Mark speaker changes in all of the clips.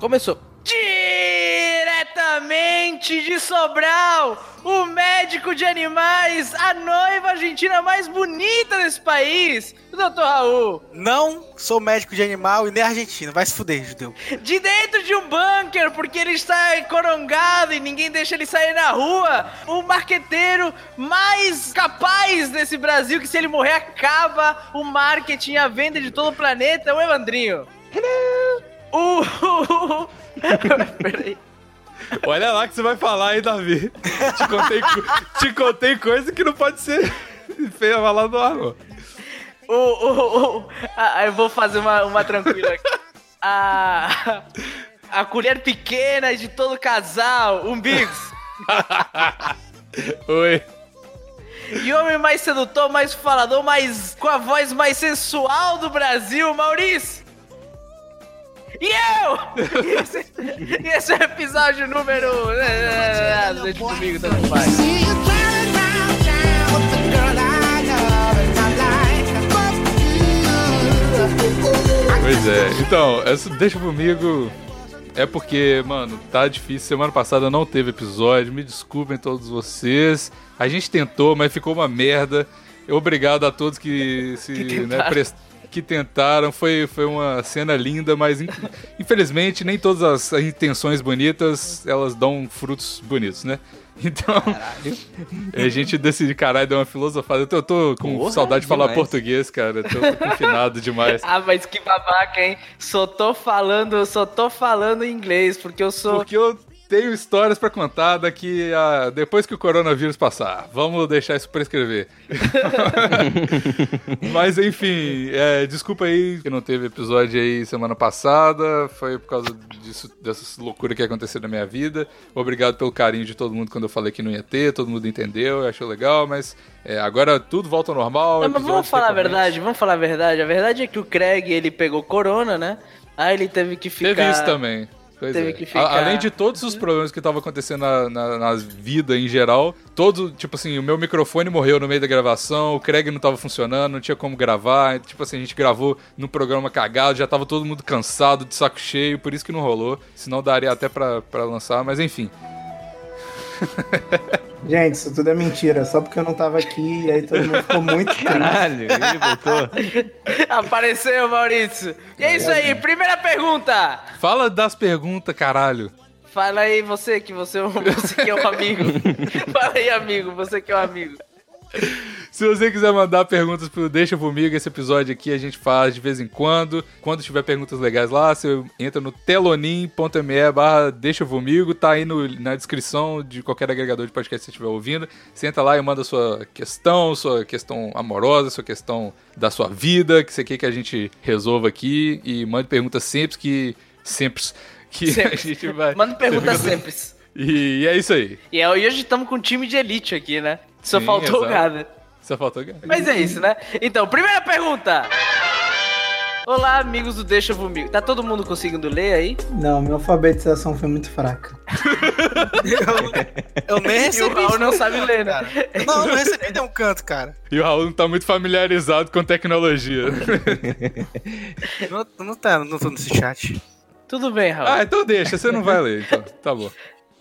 Speaker 1: Começou. Diretamente de Sobral, o médico de animais, a noiva argentina mais bonita desse país, o Dr. Raul.
Speaker 2: Não sou médico de animal e nem argentino. Vai se fuder, judeu.
Speaker 1: De dentro de um bunker, porque ele está corongado e ninguém deixa ele sair na rua, o marqueteiro mais capaz desse Brasil, que se ele morrer acaba o marketing, a venda de todo o planeta, o Evandrinho. Hello! O... Peraí.
Speaker 3: Olha lá que você vai falar, hein, Davi. Te contei, co- te contei coisa que não pode ser feia lá no ar, não.
Speaker 1: O, o, o- ah, eu vou fazer uma, uma tranquila aqui. A, a colher pequena de todo casal, um umbigos.
Speaker 3: Oi.
Speaker 1: E o homem mais sedutor, mais falador, mais com a voz mais sensual do Brasil, Maurício. E eu! E esse, e esse é o episódio número. um. É, eh, Deixa comigo, tanto faz.
Speaker 4: See you driving round town with the girl I love and I like.
Speaker 3: Pois é. Então, essa deixa comigo. É porque, mano, tá difícil. Semana passada não teve episódio. Me desculpem todos vocês. A gente tentou, mas ficou uma merda. Obrigado a todos que se
Speaker 1: Que
Speaker 3: né,
Speaker 1: tentaram.
Speaker 3: pres- que tentaram. Foi, foi uma cena linda, mas in- infelizmente nem todas as intenções bonitas elas dão frutos bonitos, né? Então, a gente decide, caralho, dar uma filosofada. Eu tô, eu tô com
Speaker 5: Porra,
Speaker 3: saudade de falar
Speaker 5: demais.
Speaker 3: português, cara. Eu tô confinado demais.
Speaker 1: Ah, mas que babaca, hein? Só tô falando, só tô falando em inglês, porque eu sou.
Speaker 3: Porque eu tenho histórias pra contar daqui a... depois que o coronavírus passar. Vamos deixar isso pra escrever. Mas enfim, é, desculpa aí que não teve episódio aí semana passada. Foi por causa disso, dessa loucura que aconteceu na minha vida. Obrigado pelo carinho de todo mundo quando eu falei que não ia ter. Todo mundo entendeu, achou legal, mas é, agora tudo volta ao normal.
Speaker 1: Não, mas
Speaker 3: episódio
Speaker 1: vamos falar a
Speaker 3: frequente.
Speaker 1: verdade, vamos falar a verdade. A verdade é que o Craig, ele pegou corona, né? Aí ele teve que ficar...
Speaker 3: Teve isso também. Pois
Speaker 1: Teve
Speaker 3: é.
Speaker 1: que
Speaker 3: A-
Speaker 1: ficar-
Speaker 3: além de todos os problemas que estavam acontecendo na, na, na vida em geral, todo, tipo assim, o meu microfone morreu no meio da gravação, o Craig não tava funcionando, não tinha como gravar, tipo assim, a gente gravou num programa cagado, já tava todo mundo cansado, de saco cheio, por isso que não rolou, senão daria até pra, pra lançar, mas enfim.
Speaker 6: Gente, isso tudo é mentira, só porque eu não tava aqui e aí todo mundo ficou muito triste.
Speaker 5: Caralho, ele voltou.
Speaker 1: Apareceu, Maurício. E é isso aí, primeira pergunta.
Speaker 3: Fala das perguntas, caralho.
Speaker 1: Fala aí você, que você, é um- você que é um amigo. Fala aí, amigo, você que é um amigo.
Speaker 3: Se você quiser mandar perguntas pro Deixa Comigo, esse episódio aqui a gente faz de vez em quando. Quando tiver perguntas legais lá, você entra no telonim.me barra Deixa Comigo, tá aí no- na descrição de qualquer agregador de podcast que você estiver ouvindo. Você entra lá e manda sua questão, sua questão amorosa, sua questão da sua vida, que você quer que a gente resolva aqui. E mande perguntas sempre que... sempre que
Speaker 1: Sempre.
Speaker 3: a gente vai...
Speaker 1: Manda pergunta
Speaker 3: Sempre.
Speaker 1: sempre.
Speaker 3: E, é isso aí.
Speaker 1: E é- hoje estamos com um time de elite aqui, né? Só
Speaker 3: Sim,
Speaker 1: faltou o
Speaker 3: exato.
Speaker 1: Gada.
Speaker 3: Só faltou... ganhar.
Speaker 1: Mas é isso, né? Então, primeira pergunta. Olá, amigos do Deixa Vomigo. Tá todo mundo conseguindo ler aí?
Speaker 6: Não, minha alfabetização foi muito fraca.
Speaker 2: Eu nem
Speaker 1: E o
Speaker 2: recebi.
Speaker 1: Raul não sabe ler, né?
Speaker 2: Não, eu não recebi nenhum canto, cara.
Speaker 3: E o Raul não tá muito familiarizado com tecnologia.
Speaker 2: Não, não, tá, não tô nesse chat.
Speaker 1: Tudo bem, Raul.
Speaker 3: Ah, então deixa, você não vai ler, então. Tá bom.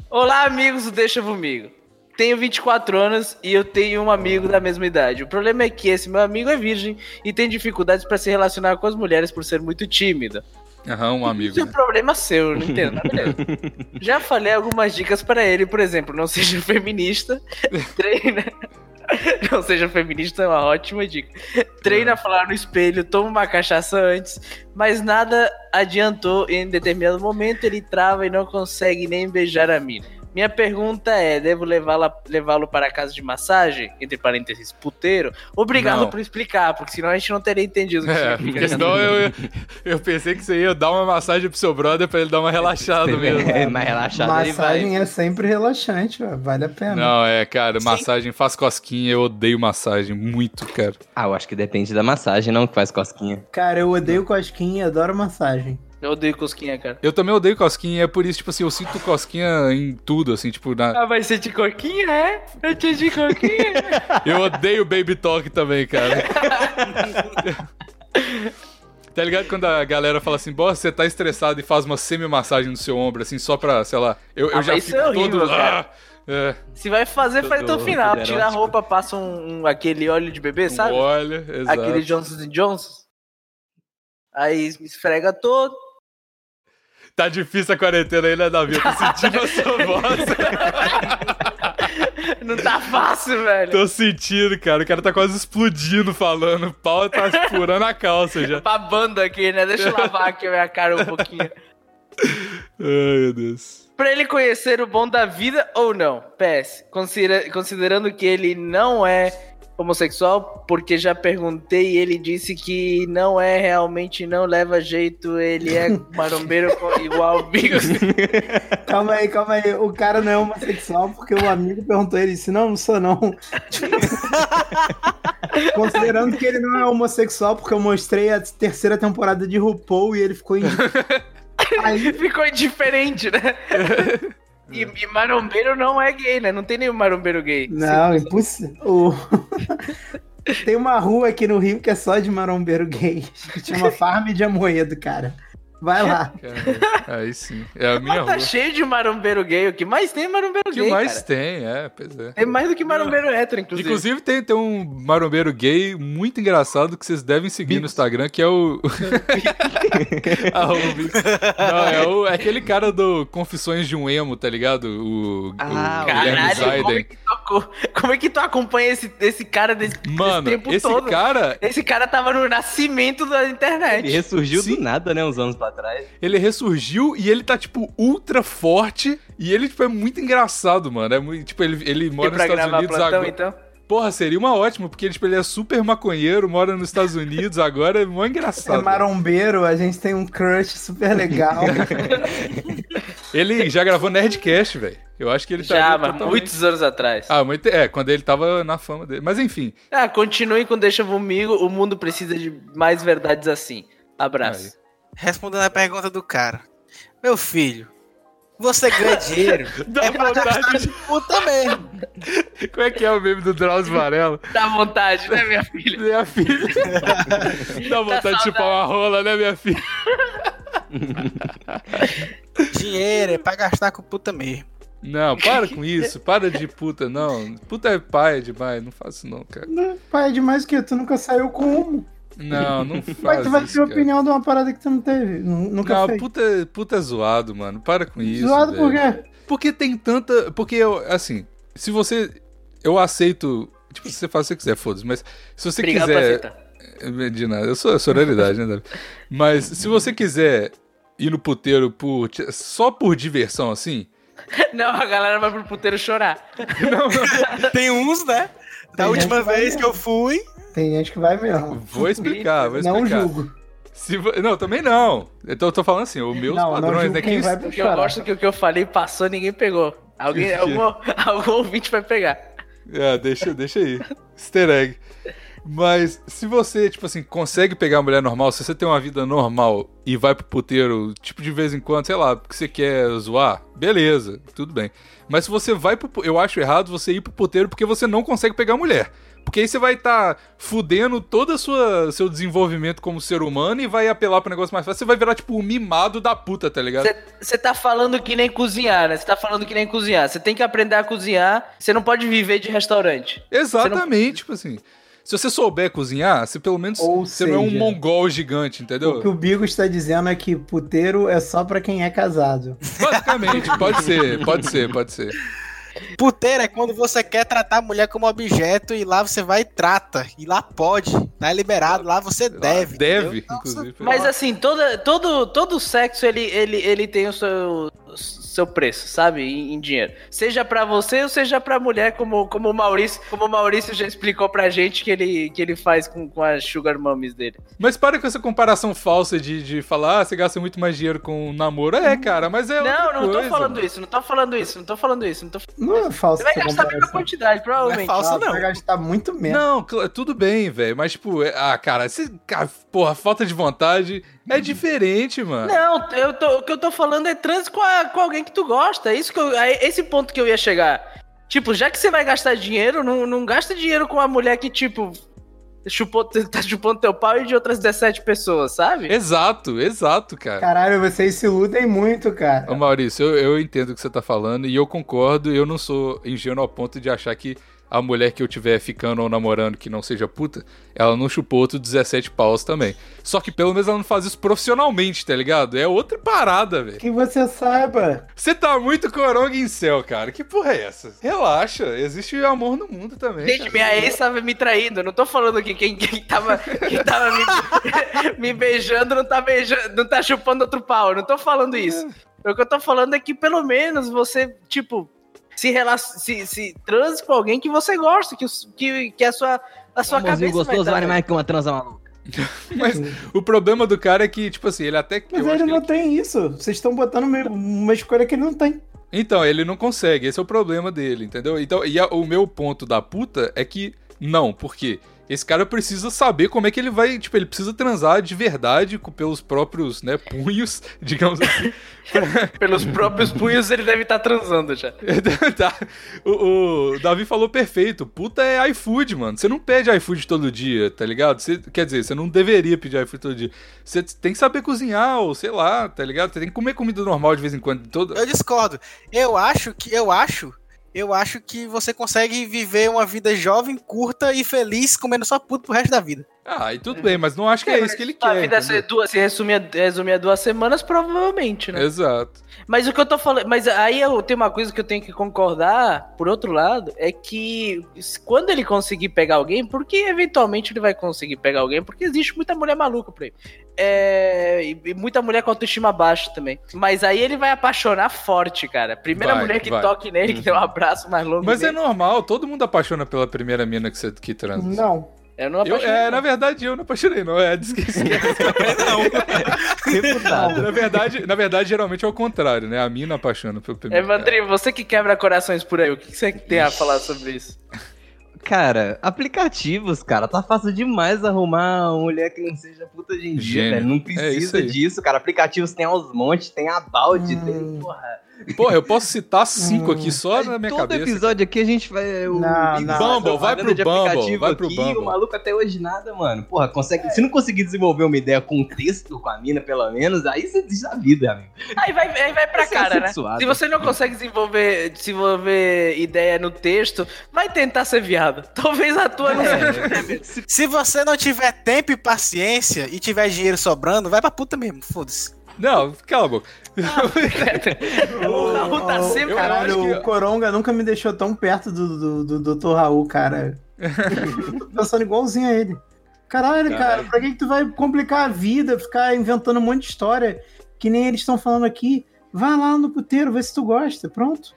Speaker 1: Olá, amigos do Deixa Vomigo. Tenho 24 anos e eu tenho um amigo da mesma idade. O problema é que esse meu amigo é virgem e tem dificuldades pra se relacionar com as mulheres por ser muito tímido.
Speaker 3: Aham, um amigo.
Speaker 1: Isso é
Speaker 3: né?
Speaker 1: problema seu, eu não entendo, mas beleza. Já falei algumas dicas pra ele, por exemplo, não seja feminista, treina. Não seja feminista, é uma ótima dica. Treina
Speaker 3: É.
Speaker 1: a falar no espelho, toma uma cachaça antes, mas nada adiantou. Em determinado momento ele trava e não consegue nem beijar a mina. Minha pergunta é: devo levá-la- levá-lo para a casa de massagem? Entre parênteses, puteiro? Obrigado
Speaker 3: Não.
Speaker 1: por explicar, porque senão a gente não teria entendido o que
Speaker 3: É,
Speaker 1: significa.
Speaker 3: porque senão eu, eu pensei que você ia dar uma massagem pro seu brother pra ele dar uma relaxada mesmo.
Speaker 5: É, mas relaxado ele vai.
Speaker 6: Massagem é sempre relaxante, ó, vale a pena.
Speaker 3: Não, é, cara, massagem faz cosquinha, eu odeio massagem muito, cara.
Speaker 5: Ah, eu acho que depende da massagem, não que faz cosquinha.
Speaker 6: Cara, eu odeio cosquinha e adoro massagem.
Speaker 1: Eu odeio cosquinha, cara.
Speaker 3: Eu também odeio cosquinha, é por isso, tipo assim, eu sinto cosquinha em tudo, assim, tipo, na...
Speaker 1: Ah, vai ser de coquinha, é? Eu te de coquinha.
Speaker 3: eu odeio baby talk também, cara. Tá ligado quando a galera fala assim, bosta, você tá estressado e faz uma semi-massagem no seu ombro, assim, só pra, sei lá, eu, eu
Speaker 1: Ah,
Speaker 3: já
Speaker 1: mas isso
Speaker 3: fico
Speaker 1: é horrível,
Speaker 3: todo.
Speaker 1: cara.
Speaker 3: "Ah", é,
Speaker 1: Se vai fazer, faz até o
Speaker 5: Todo
Speaker 1: final. Tira a
Speaker 5: erótico.
Speaker 1: roupa, passa um, um- aquele óleo de bebê, sabe?
Speaker 3: olha, exato.
Speaker 1: Aquele Johnson Johnson. Aí esfrega todo.
Speaker 3: Tá difícil a quarentena aí, né, Davi? Eu tô sentindo a sua voz.
Speaker 1: Não tá fácil, velho.
Speaker 3: Tô sentindo, cara. O cara tá quase explodindo falando. O pau tá furando a calça já.
Speaker 1: Babando aqui, né? Deixa eu lavar aqui a minha cara um pouquinho.
Speaker 3: Ai, meu Deus.
Speaker 1: Pra ele conhecer o bom da vida ou não. PS, considera- considerando que ele não é homossexual, porque já perguntei e ele disse que não é realmente, não leva jeito, ele é marombeiro com- igual o Bigos.
Speaker 6: Calma aí, calma aí. O cara não é homossexual porque o amigo perguntou ele disse: Não, não sou não. Considerando que ele não é homossexual porque eu mostrei a terceira temporada de RuPaul e ele ficou em. Aí,
Speaker 1: Ficou indiferente, né? E, e marombeiro não é gay, né? Não tem nenhum marombeiro gay.
Speaker 6: não, impossível. O- Tem uma rua aqui no Rio que é só de marombeiro gay, que chama Farm de Amoedo, cara. Vai lá.
Speaker 3: Cara, aí sim. É a minha
Speaker 1: Mas tá
Speaker 3: rua.
Speaker 1: cheio de marombeiro gay. O que mais tem é marombeiro
Speaker 3: O
Speaker 1: gay,
Speaker 3: que mais
Speaker 1: cara.
Speaker 3: tem, é, pois é.
Speaker 1: Tem mais do que marombeiro hétero, inclusive.
Speaker 3: Inclusive, tem, tem um marombeiro gay muito engraçado que vocês devem seguir no Instagram, que é o. Ah, o Bix. Não, é, o- é aquele cara do Confissões de um Emo, tá ligado? O, o
Speaker 5: Ah,
Speaker 3: Guilherme
Speaker 1: Caralho, como é
Speaker 3: Zaiden.
Speaker 1: que tu, como é que tu acompanha esse, esse cara desse,
Speaker 3: Mano,
Speaker 1: esse tempo
Speaker 3: esse
Speaker 1: todo?
Speaker 3: cara,
Speaker 1: Esse cara tava no nascimento da
Speaker 5: Ele
Speaker 1: internet.
Speaker 5: É tipo, ressurgiu
Speaker 3: Sim.
Speaker 5: do nada, né? Uns anos pra trás.
Speaker 3: ele ressurgiu e ele tá, tipo, ultra forte. E ele, tipo, é muito engraçado, mano. É muito, tipo, ele, ele mora
Speaker 1: Porque
Speaker 3: nos
Speaker 1: pra
Speaker 3: Estados
Speaker 1: gravar
Speaker 3: Unidos
Speaker 1: plantão,
Speaker 3: agora.
Speaker 1: então.
Speaker 3: Porra, seria uma ótima, porque tipo, ele é super maconheiro, mora nos Estados Unidos agora, é mó
Speaker 6: É
Speaker 3: engraçado.
Speaker 6: marombeiro, a gente tem um crush super legal.
Speaker 3: Ele já gravou Nerdcast, velho. Eu acho que ele tá.
Speaker 1: Já,
Speaker 3: ali
Speaker 1: mas
Speaker 3: totalmente-
Speaker 1: muitos anos atrás. Ah.
Speaker 3: Ah, muito. É, quando ele tava na fama dele. Mas enfim.
Speaker 1: continue com Deixa Comigo. O mundo precisa de mais verdades assim. Abraço.
Speaker 2: Respondendo a pergunta do cara. Meu filho, você ganha dinheiro É
Speaker 3: Dá vontade.
Speaker 2: de puta mesmo.
Speaker 3: Como é que é o meme do Drauzio Varela?
Speaker 1: Dá vontade, né, minha filha?
Speaker 3: Minha filha. Dá vontade
Speaker 1: Tá
Speaker 3: de chupar uma rola, né, minha filha?
Speaker 2: Dinheiro é pra gastar com puta mesmo.
Speaker 3: Não, para com isso. Para de puta, não. Puta é pai demais. Não faço isso, não, cara.
Speaker 6: Não, Pai, é demais o que tu nunca saiu com um.
Speaker 3: Não, não faz
Speaker 6: Mas tu vai
Speaker 3: isso,
Speaker 6: ter
Speaker 3: cara.
Speaker 6: opinião de uma parada que tu não teve. nu- Nunca
Speaker 3: Não,
Speaker 6: fez.
Speaker 3: puta, puta é zoado, mano. Para com isso.
Speaker 6: Zoado por
Speaker 3: velho.
Speaker 6: quê?
Speaker 3: Porque tem tanta. Porque eu, assim, se você. Eu aceito. Tipo, você faz o que você quiser, foda-se, mas se você
Speaker 1: Obrigado por
Speaker 3: quiser.
Speaker 1: aceitar.
Speaker 3: De nada, É eu sou a sororidade, né, Davi? Mas se você quiser ir no puteiro por, só por diversão, assim.
Speaker 1: Não, a galera vai pro puteiro chorar.
Speaker 2: Tem uns, né? Da
Speaker 6: Tem
Speaker 2: última
Speaker 6: gente que vai
Speaker 2: vez que eu fui,
Speaker 6: Tem gente que vai mesmo.
Speaker 3: Vou explicar, vou explicar.
Speaker 6: Não julgo.
Speaker 3: Se vo- Não, também não. Eu tô, tô falando assim, os meus
Speaker 6: não, não
Speaker 3: padrões,
Speaker 6: julgo
Speaker 3: né?
Speaker 6: quem
Speaker 3: Quem...
Speaker 6: vai pro
Speaker 1: Porque eu
Speaker 6: chorar.
Speaker 1: gosto que o que eu falei passou, ninguém pegou. Alguém, algum, algum ouvinte vai pegar.
Speaker 3: É, deixa, deixa aí. Easter egg. Mas se você, tipo assim, consegue pegar uma mulher normal, se você tem uma vida normal e vai pro puteiro, tipo, de vez em quando, sei lá, porque você quer zoar, beleza, tudo bem. Mas se você vai pro. pu- Eu acho errado você ir pro puteiro porque você não consegue pegar mulher. Porque aí você vai estar tá fudendo todo o seu desenvolvimento como ser humano e vai apelar pro negócio mais fácil. Você vai virar, tipo, o mimado da puta, tá ligado?
Speaker 1: Você tá falando que nem cozinhar, né? Você tá falando que nem cozinhar. Você tem que aprender a cozinhar. Você não pode viver de restaurante.
Speaker 3: Exatamente, tipo assim. Se você souber cozinhar, você pelo menos
Speaker 6: Ou
Speaker 3: você não é um
Speaker 6: seja,
Speaker 3: mongol gigante,
Speaker 6: O que
Speaker 3: entendeu?
Speaker 6: o Bigo está dizendo é que puteiro é só pra quem é casado.
Speaker 3: Basicamente, pode ser, pode ser, pode ser.
Speaker 2: puteiro é quando você quer tratar a mulher como objeto e lá você vai e trata. E lá pode, tá liberado, lá você deve.
Speaker 3: Deve,
Speaker 2: entendeu?
Speaker 3: inclusive.
Speaker 1: Mas assim, toda, todo, todo sexo ele, ele, ele tem o seu, o seu preço, sabe? Em, em dinheiro. Seja pra você ou seja pra mulher, como, como o Maurício, como o Maurício já explicou pra gente que ele, que ele faz com, com as sugar mummies dele.
Speaker 3: Mas para com essa comparação falsa de, de falar, ah, você gasta muito mais dinheiro com um namoro. É, cara, mas é.
Speaker 1: Hum. não,
Speaker 3: outra
Speaker 1: não tô
Speaker 3: coisa,
Speaker 1: falando
Speaker 3: mano.
Speaker 1: isso, não tô falando isso, não tô falando isso, não tô falando.
Speaker 6: Não é falso.
Speaker 1: Você vai
Speaker 6: essa
Speaker 1: gastar a mesma
Speaker 6: comparação.
Speaker 1: quantidade,
Speaker 2: Não é
Speaker 1: provavelmente.
Speaker 2: falso,
Speaker 6: Ah,
Speaker 2: não.
Speaker 6: Vai gastar muito menos.
Speaker 3: Não, cl- tudo bem, velho. Mas, tipo, é- ah, cara, esse, cara, porra, falta de vontade é diferente, mano.
Speaker 1: Hum. Não, eu tô- o que eu tô falando é trans com, a- com alguém que tu gosta. É Isso que eu, é esse ponto que eu ia chegar. Tipo, já que você vai gastar dinheiro, não, não gasta dinheiro com uma mulher que, tipo, chupou, tá chupando teu pau e de outras 17 pessoas, sabe?
Speaker 3: Exato, exato, cara.
Speaker 6: Caralho, vocês se iludem muito, cara.
Speaker 3: Ô Maurício, eu, eu entendo o que você tá falando e eu concordo, eu não sou ingênuo ao ponto de achar que a mulher que eu tiver ficando ou namorando que não seja puta, ela não chupou outro 17 paus também. Só que pelo menos ela não faz isso profissionalmente, tá ligado? É outra parada, velho.
Speaker 6: Que você saiba.
Speaker 3: Você tá muito coronga em céu, cara. Que porra é essa? Relaxa, existe amor no mundo também.
Speaker 1: Gente,
Speaker 3: cara.
Speaker 1: minha ex tava me traindo. Eu não tô falando que quem, quem tava, quem tava me, me beijando não tá beijando, não tá chupando outro pau. Eu não tô falando isso. O que eu tô falando é que pelo menos você, tipo, se, rela- se, se transe com alguém que você gosta, que, os- que, que a sua, a sua cabeça.
Speaker 5: Amorzinho gostoso
Speaker 1: vai
Speaker 5: vale
Speaker 1: dar.
Speaker 5: mais que uma transa maluca.
Speaker 3: Mas o problema do cara é que, tipo assim, ele até.
Speaker 6: Mas é
Speaker 3: eu acho
Speaker 6: ele
Speaker 3: que
Speaker 6: não tem isso. Vocês estão botando meio- uma escolha que ele não tem.
Speaker 3: Então, ele não consegue, esse é o problema dele, entendeu? Então, e a- o meu ponto da puta é que não, porque esse cara precisa saber como é que ele vai, tipo, ele precisa transar de verdade com pelos próprios, né, punhos, digamos assim.
Speaker 1: Pelos próprios punhos ele deve estar transando já.
Speaker 3: Tá. o, o Davi falou perfeito, puta é iFood, mano. Você não pede iFood todo dia, tá ligado? Você- quer dizer, você não deveria pedir iFood todo dia. Você tem que saber cozinhar, ou sei lá, tá ligado? Você tem que comer comida normal de vez em quando. Todo...
Speaker 2: Eu discordo. Eu acho que. Eu acho. Eu acho que você consegue viver uma vida jovem, curta e feliz comendo só puto pro resto da vida.
Speaker 3: Ah, e tudo bem, mas não acho que é isso que ele quer.
Speaker 1: A vida
Speaker 3: entendeu?
Speaker 1: se, duas, se resumir, a, resumir a duas semanas, provavelmente, né?
Speaker 3: Exato.
Speaker 1: Mas o que eu tô falando. Mas aí eu tenho uma coisa que eu tenho que concordar, por outro lado, é que s- quando ele conseguir pegar alguém, porque eventualmente ele vai conseguir pegar alguém, porque existe muita mulher maluca por aí. É, e, e muita mulher com autoestima baixa também. Mas aí ele vai apaixonar forte, cara. Primeira
Speaker 3: Vai,
Speaker 1: mulher que
Speaker 3: vai. Uhum.
Speaker 1: toque nele, que dê um abraço mais longo.
Speaker 3: Mas é
Speaker 1: nele.
Speaker 3: normal, todo mundo apaixona pela primeira mina que, você, que transa.
Speaker 6: Não.
Speaker 1: Eu não
Speaker 3: Eu-
Speaker 1: apaixonei.
Speaker 3: é,
Speaker 1: não.
Speaker 3: na verdade, eu não apaixonei, não. É, diz que-
Speaker 5: É, Deputado.
Speaker 3: na, verdade, na verdade, geralmente é o contrário, né? A mina apaixona pelo primeiro. cara.
Speaker 1: Evandrinho, você que quebra corações por aí, o que você tem a falar sobre isso?
Speaker 5: Cara, aplicativos, cara, tá fácil demais arrumar uma mulher que não seja puta hoje em dia,
Speaker 3: Gênio.
Speaker 5: velho. Não
Speaker 3: isso
Speaker 5: precisa
Speaker 3: aí.
Speaker 5: disso, cara. Aplicativos tem aos montes, tem a balde,
Speaker 6: Hum.
Speaker 5: tem. Porra.
Speaker 3: É, Porra, eu posso citar cinco
Speaker 6: Hum.
Speaker 3: aqui só na minha
Speaker 5: Todo
Speaker 3: cabeça.
Speaker 5: episódio aqui a gente vai. é, o
Speaker 6: Não,
Speaker 5: Bigos
Speaker 6: não.
Speaker 3: Bumble,
Speaker 5: faz
Speaker 3: vai
Speaker 5: propaganda
Speaker 3: pro
Speaker 5: de
Speaker 3: Bumble,
Speaker 5: aplicativo
Speaker 3: vai pro
Speaker 5: aqui,
Speaker 3: Bumble.
Speaker 5: O maluco até hoje nada, mano. Porra, consegue. Se não conseguir desenvolver uma ideia com um texto, com a mina, pelo menos, aí você diz a vida, amigo.
Speaker 1: Aí vai, aí vai pra
Speaker 5: Você é
Speaker 1: cara, né?
Speaker 5: sexuado.
Speaker 1: Se você não consegue desenvolver, desenvolver ideia no texto, vai tentar ser viado. Talvez a tua não
Speaker 3: É.
Speaker 1: seja.
Speaker 2: Se você não tiver tempo e paciência e tiver dinheiro sobrando, vai pra puta mesmo, foda-se.
Speaker 3: Não, cala a boca.
Speaker 1: O Raul tá
Speaker 6: Oh,
Speaker 1: sempre.
Speaker 3: eu
Speaker 6: Caralho,
Speaker 3: acho que-
Speaker 6: o Coronga nunca me deixou tão perto do, do, do Dr. Raul, cara. Eu tô pensando igualzinho a ele. Caralho, cara, pra que, que tu vai complicar a vida, ficar inventando um monte de história que nem eles estão falando aqui? Vai lá no puteiro, vê se tu gosta, pronto.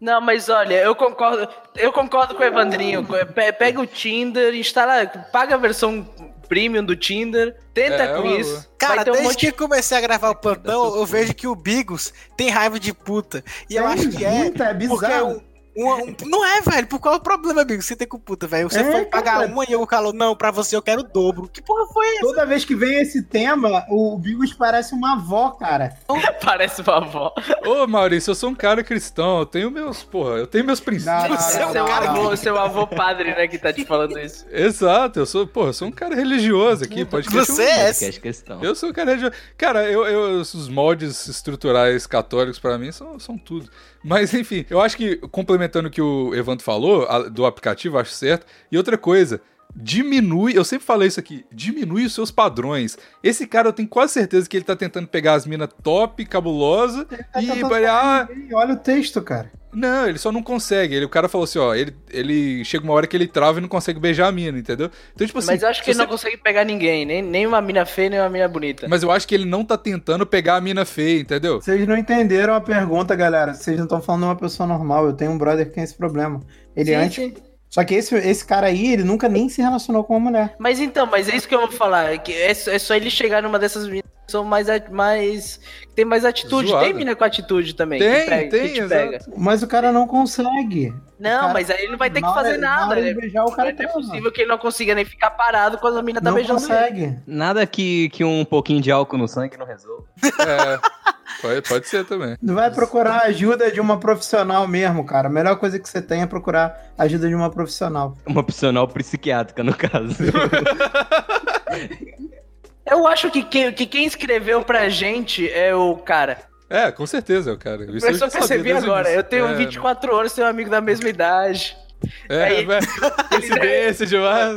Speaker 1: Não, mas olha, eu concordo. Eu concordo com o Evandrinho. Pe- Pega o Tinder, instala, paga a versão premium do Tinder, tenta
Speaker 3: É,
Speaker 1: com
Speaker 3: eu-
Speaker 1: isso.
Speaker 2: Cara,
Speaker 1: vai ter um
Speaker 2: desde
Speaker 1: monte um
Speaker 2: que comecei a gravar o plantão,
Speaker 5: tudo.
Speaker 2: eu vejo que o Bigos tem raiva de puta. E eu
Speaker 6: Tem
Speaker 2: acho que é.
Speaker 6: muita, é
Speaker 2: Porque
Speaker 6: bizarro.
Speaker 2: um- um- um- não é, velho. Por qual é o problema, Bigos? Você tem com puta, velho. Você
Speaker 6: É,
Speaker 2: foi pagar
Speaker 6: cara.
Speaker 2: uma e eu calou, não, pra você eu quero o dobro. Que porra foi essa?
Speaker 6: Toda vez que vem esse tema, o Bigos parece uma avó, cara.
Speaker 1: que parece uma avó.
Speaker 3: Ô, Maurício, eu sou um cara cristão, eu tenho meus, porra, eu tenho meus princípios.
Speaker 6: Não,
Speaker 2: Você é um
Speaker 1: seu,
Speaker 2: cara
Speaker 1: avô, seu avô padre, né, que tá te falando isso.
Speaker 3: Exato, eu sou, porra, eu sou um cara religioso aqui, pode um crer.
Speaker 2: Você é essa?
Speaker 5: Podcast questão.
Speaker 3: Eu sou cara de... Cara, eu, eu- os moldes estruturais católicos pra mim são, são tudo. Mas, enfim, eu acho que, complementando o que o Evandro falou, a- do aplicativo, acho certo. E outra coisa, diminui, eu sempre falei isso aqui, diminui os seus padrões. Esse cara, eu tenho quase certeza que ele tá tentando pegar as minas top, cabulosa, e...
Speaker 6: tentando
Speaker 3: para- ah,
Speaker 6: E olha o texto, cara.
Speaker 3: não, ele só não consegue. Ele, o cara falou assim, ó, ele, ele chega uma hora que ele trava e não consegue beijar a mina, entendeu? Então, tipo assim...
Speaker 1: Mas eu acho que
Speaker 3: se
Speaker 1: ele
Speaker 3: você
Speaker 1: não consegue pegar ninguém, nem, nem uma mina feia, nem uma mina bonita.
Speaker 3: Mas eu acho que ele não tá tentando pegar a mina feia, entendeu?
Speaker 6: Vocês não entenderam a pergunta, galera. Vocês não estão falando de uma pessoa normal. Eu tenho um brother que tem esse problema. Ele
Speaker 1: Sim,
Speaker 6: antes.
Speaker 1: sim.
Speaker 6: Só que esse, esse cara aí, ele nunca nem se relacionou com uma mulher.
Speaker 1: Mas então, mas é isso que eu vou falar. é que é, só- é só ele chegar numa dessas meninas que são mais. a- mais que tem mais atitude.
Speaker 3: Zoada.
Speaker 1: Tem mina com atitude também.
Speaker 3: Tem,
Speaker 1: que pega,
Speaker 3: tem,
Speaker 1: que te
Speaker 3: exato.
Speaker 1: pega.
Speaker 6: Mas o cara não consegue.
Speaker 1: Não,
Speaker 6: Cara,
Speaker 1: mas aí ele não vai ter que
Speaker 6: na hora-
Speaker 1: fazer
Speaker 6: na
Speaker 1: nada.
Speaker 6: hora de
Speaker 1: né?
Speaker 6: beijar, o
Speaker 1: Não
Speaker 6: cara
Speaker 1: é
Speaker 6: transa.
Speaker 1: possível que ele não consiga nem ficar parado quando a mina tá
Speaker 6: não
Speaker 1: beijando ele.
Speaker 6: consegue.
Speaker 5: Nada que, que um pouquinho de álcool no sangue não resolva.
Speaker 3: É. Pode, pode ser também.
Speaker 6: Não vai procurar ajuda de uma profissional mesmo, cara. A melhor coisa que você tem é procurar ajuda de uma profissional.
Speaker 5: Uma opcional psiquiátrica, no caso.
Speaker 1: Eu acho que quem, que quem escreveu pra gente é o cara.
Speaker 3: É, com certeza, o cara. Isso
Speaker 1: Eu só
Speaker 3: já sabia
Speaker 1: percebi
Speaker 3: desde o
Speaker 1: agora.
Speaker 3: início.
Speaker 1: Eu tenho
Speaker 3: É,
Speaker 1: 24 anos, tenho um amigo da mesma idade.
Speaker 3: É,
Speaker 1: Aí-
Speaker 3: vai. Coincidência demais.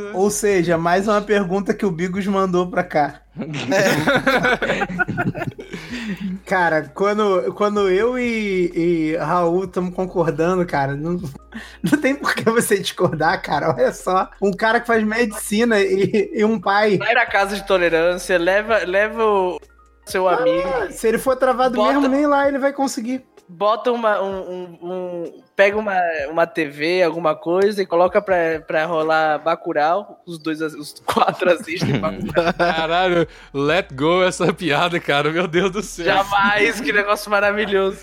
Speaker 3: né?
Speaker 6: Ou seja, mais uma pergunta que o Bigos mandou pra cá. cara, quando, quando eu e, e Raul estamos concordando, cara, não, não tem por que você discordar, cara. Olha só, um cara que faz medicina e, e um pai.
Speaker 1: Vai na casa de tolerância, leva, leva o seu
Speaker 6: Ah,
Speaker 1: amigo.
Speaker 6: Se ele for travado
Speaker 1: Bota-
Speaker 6: mesmo, nem lá ele vai conseguir.
Speaker 1: bota uma. Um, um- um- pega uma, uma TV, alguma coisa, e coloca pra, pra rolar Bacurau. Os dois, as- os quatro assistem Bacurau.
Speaker 3: Caralho, let go essa piada, cara. Meu Deus do céu.
Speaker 1: Jamais, que negócio maravilhoso.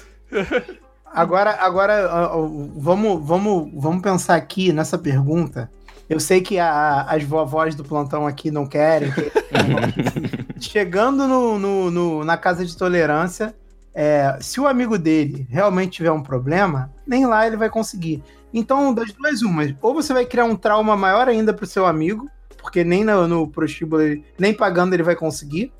Speaker 6: Agora, agora ó, ó, vamos, vamos, vamos pensar aqui nessa pergunta. Eu sei que a- as vovós do plantão aqui não querem. que- Chegando no, no- no- na casa de tolerância, é, se o amigo dele realmente tiver um problema, nem lá ele vai conseguir. Então, das duas, umas. Ou você vai criar um trauma maior ainda pro seu amigo, porque nem no, no prostíbulo, ele- nem pagando ele vai conseguir.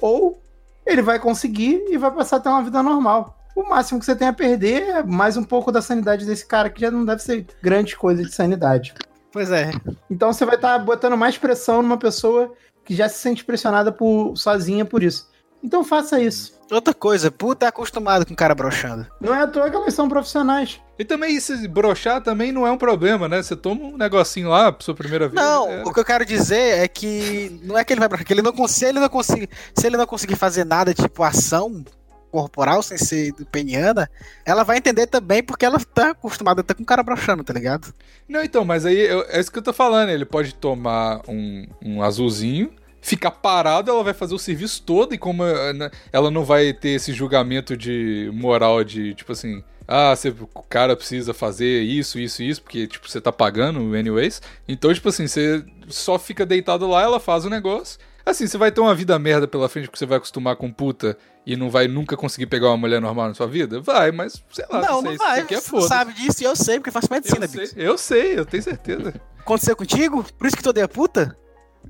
Speaker 6: Ou ele vai conseguir e vai passar a ter uma vida normal. O máximo que você tem a perder é mais um pouco da sanidade desse cara, que já não deve ser grande coisa de sanidade.
Speaker 2: Pois é.
Speaker 6: Então você vai estar botando mais pressão numa pessoa que já se sente pressionada por, sozinha por isso. Então faça isso.
Speaker 2: Outra coisa, puta é acostumado com cara broxando.
Speaker 6: Não é à toa que elas são profissionais.
Speaker 3: E também, se broxar também não é um problema, né? Você toma um negocinho lá pra sua primeira vez.
Speaker 2: Não,
Speaker 3: é.
Speaker 2: o que eu quero dizer é que não é que ele vai broxar, que ele não consegue, ele não consegue, se ele não conseguir fazer nada tipo ação corporal sem ser do peniana, ela vai entender também porque ela tá acostumada até com cara broxando, tá ligado?
Speaker 3: Não, então, mas aí eu- é isso que eu tô falando. Ele pode tomar um, um azulzinho, ficar parado, ela vai fazer o serviço todo, e como eh, né, ela não vai ter esse julgamento de moral de tipo assim. Ah, você- o cara precisa fazer isso, isso, isso, porque, tipo, você tá pagando, anyways. Então, tipo assim, você só fica deitado lá, ela faz o negócio. Assim, você vai ter uma vida merda pela frente, porque você vai acostumar com puta e não vai nunca conseguir pegar uma mulher normal na sua vida? Vai, mas, sei lá,
Speaker 2: não,
Speaker 3: se é
Speaker 2: não
Speaker 3: isso que
Speaker 2: vai.
Speaker 3: você quer,
Speaker 2: Você
Speaker 3: foda-se.
Speaker 2: sabe disso e eu sei porque eu faço medicina,
Speaker 1: né,
Speaker 3: Eu sei,
Speaker 2: Bix.
Speaker 3: eu sei, eu tenho certeza.
Speaker 2: Aconteceu contigo? Por isso que tu odeia puta?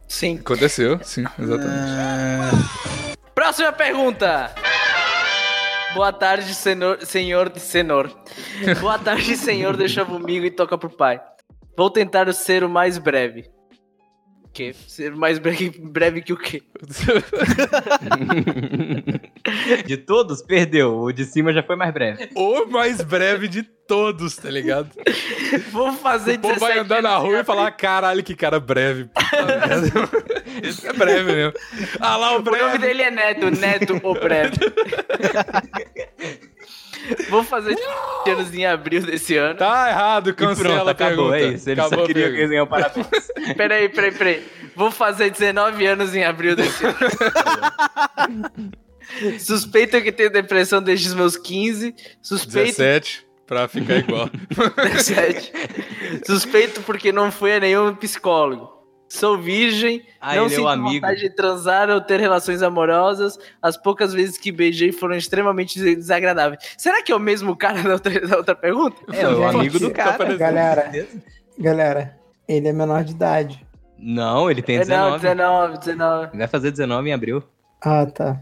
Speaker 1: Sim.
Speaker 3: Aconteceu, sim, exatamente.
Speaker 1: Próxima pergunta. Boa tarde, senhor, senhor de senhor. Boa tarde, senhor. Deixa comigo e toca pro pai. Vou tentar ser o mais breve. O quê? Ser mais breve, breve que o quê?
Speaker 5: De todos, perdeu. O de cima já foi mais
Speaker 1: É.
Speaker 5: breve.
Speaker 3: o mais breve de todos, tá ligado?
Speaker 1: Vou fazer
Speaker 3: O povo vai
Speaker 1: 17
Speaker 3: andar na
Speaker 1: anos de
Speaker 3: rua e falar, caralho, que cara breve. Puta merda. Esse é breve mesmo. Ah lá, o
Speaker 1: O nome
Speaker 3: breve.
Speaker 1: dele é Neto, Neto o Breve. Vou fazer 17 anos em abril desse ano.
Speaker 3: Tá errado,
Speaker 5: E
Speaker 3: cancela
Speaker 5: pronto,
Speaker 3: a
Speaker 5: acabou.
Speaker 3: pergunta.
Speaker 5: É isso. Ele
Speaker 3: Acabou
Speaker 5: só
Speaker 3: a
Speaker 5: queria
Speaker 3: pergunta.
Speaker 5: ganhar o parabéns.
Speaker 1: Peraí, peraí, peraí. Vou fazer 19 anos em abril desse ano. Suspeito que tenho depressão desde os meus 15. Suspeito.
Speaker 3: 17 pra ficar igual.
Speaker 1: 17. Suspeito porque não fui a nenhum psicólogo. Sou virgem,
Speaker 5: Ah,
Speaker 1: não
Speaker 5: ele é o
Speaker 1: sinto
Speaker 5: amigo.
Speaker 1: vontade de transar ou ter relações amorosas. As poucas vezes que beijei foram extremamente desagradáveis. Será que é o mesmo cara da outra, da outra pergunta?
Speaker 5: É, o
Speaker 6: Gente,
Speaker 5: amigo do
Speaker 6: tá
Speaker 5: cara.
Speaker 3: parecendo-
Speaker 6: Galera, galera, ele é menor de idade.
Speaker 5: Não, ele tem
Speaker 1: É, Não,
Speaker 5: 19.
Speaker 1: 19, 19.
Speaker 5: Ele Vai fazer 19 em abril.
Speaker 6: Ah, tá.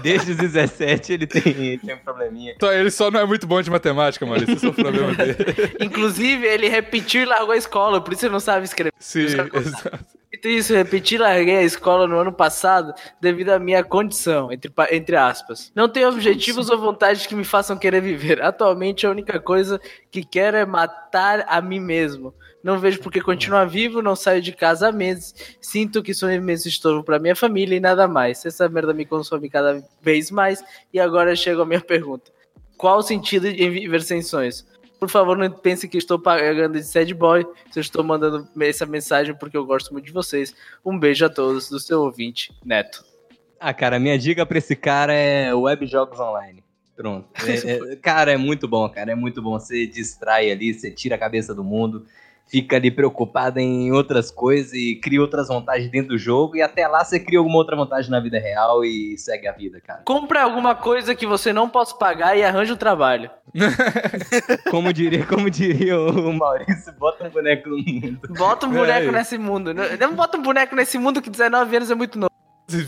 Speaker 5: Desde os 17 ele tem, ele tem um probleminha.
Speaker 3: Então, ele só não é muito bom de matemática, Maurício. Esse é o problema dele.
Speaker 1: Inclusive, ele repetiu e largou a escola, por isso ele não sabe escrever.
Speaker 3: Sim, exato.
Speaker 1: Dito isso, repeti e larguei a escola no ano passado devido à minha condição, entre, pa- entre aspas. Não tenho objetivos ou vontades que me façam querer viver. Atualmente, a única coisa que quero é matar a mim mesmo. Não vejo por que continuar vivo, não saio de casa há meses. Sinto que sou um imenso estorvo para minha família e nada mais. Essa merda me consome cada vez mais. E agora chega a minha pergunta: Qual o sentido em viver sem sonhos? Por favor, não pense que estou pagando de sad boy se eu estou mandando essa mensagem porque eu gosto muito de vocês. Um beijo a todos do seu ouvinte, Neto.
Speaker 5: Ah, cara, minha dica pra esse cara é web jogos online. Pronto. É- é- cara, é muito bom, cara. É muito bom. Você distrai ali, você tira a cabeça do mundo. fica ali preocupado em outras coisas e cria outras vantagens dentro do jogo, e até lá você cria alguma outra vantagem na vida real e segue a vida, cara.
Speaker 1: Compra alguma coisa que você não possa pagar e arranja o trabalho.
Speaker 5: Como diria, como diria o Maurício, bota um boneco no mundo.
Speaker 1: Bota um boneco
Speaker 3: É.
Speaker 1: nesse mundo. Não não bota um boneco nesse mundo que 19 anos é muito novo.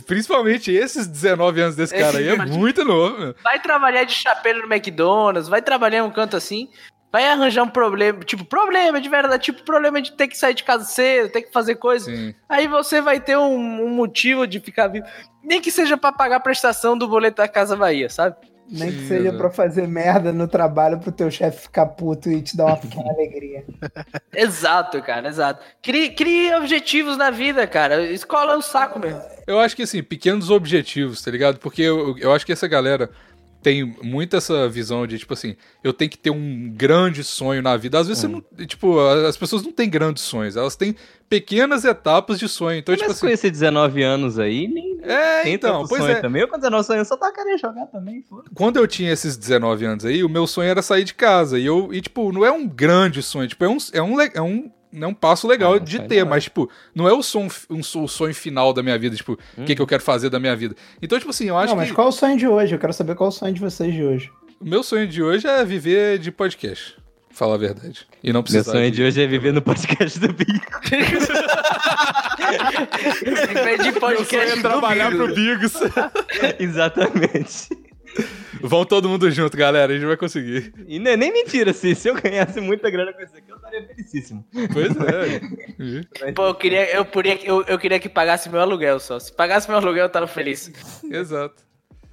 Speaker 3: Principalmente esses 19 anos desse cara aí é muito novo, meu.
Speaker 1: Vai trabalhar de chapéu no McDonald's, vai trabalhar em um canto assim, vai arranjar um problema, tipo, problema de verdade, tipo, problema de ter que sair de casa cedo, ter que fazer coisa.
Speaker 3: Sim.
Speaker 1: Aí você vai ter um, um motivo de ficar vivo. Nem que seja pra pagar a prestação do boleto da Casa Bahia, sabe?
Speaker 7: Nem que
Speaker 3: Sim,
Speaker 7: seja
Speaker 3: né?
Speaker 7: pra fazer merda no trabalho pro teu chefe ficar puto e te dar uma pequena alegria.
Speaker 1: Exato, cara, exato. Crie, crie objetivos na vida, cara. Escola é um saco mesmo.
Speaker 3: Eu acho que, assim, pequenos objetivos, tá ligado? Porque eu, eu acho que essa galera tem muito essa visão de, tipo assim, eu tenho que ter um grande sonho na vida. Às vezes
Speaker 5: Hum.
Speaker 3: você não. Tipo, as pessoas não têm grandes sonhos, elas têm pequenas etapas de sonho. Então,
Speaker 5: Mas
Speaker 3: tipo
Speaker 5: com
Speaker 3: assim.
Speaker 5: esses 19 anos aí, nem
Speaker 3: É,
Speaker 5: tem
Speaker 3: então,
Speaker 5: tanto
Speaker 3: pois
Speaker 5: sonho
Speaker 3: é.
Speaker 5: também. Eu com 19 anos só tacaria jogar também, foda.
Speaker 3: Quando eu tinha esses 19 anos aí, o meu sonho era sair de casa. E eu, e, tipo, não é um grande sonho, tipo, é um. É um, le- é um é um passo legal
Speaker 5: Ah,
Speaker 3: de
Speaker 5: sai
Speaker 3: ter,
Speaker 5: da hora.
Speaker 3: mas, tipo, não é o, som, um, so- o sonho final da minha vida, tipo, o
Speaker 5: Hum.
Speaker 3: que, que eu quero fazer da minha vida. Então, tipo assim, eu acho
Speaker 6: Não,
Speaker 3: que...
Speaker 6: mas qual é o sonho de hoje? Eu quero saber qual é o sonho de vocês de hoje.
Speaker 3: O meu sonho de hoje é viver de podcast. pra Falar a verdade. E não
Speaker 5: Meu
Speaker 3: precisar.
Speaker 5: sonho de hoje é viver no podcast do Bico.
Speaker 1: Em vez de podcast do Bigos.
Speaker 3: Bigos.
Speaker 5: Exatamente.
Speaker 3: Vão todo mundo junto, galera. A gente vai conseguir.
Speaker 5: E não é nem mentira, assim, se eu ganhasse muita grana com isso aqui, eu estaria felicíssimo.
Speaker 3: Pois é.
Speaker 1: Pô, eu queria, eu, podia, eu, eu queria que pagasse meu aluguel só. Se pagasse meu aluguel, eu tava feliz.
Speaker 3: Exato.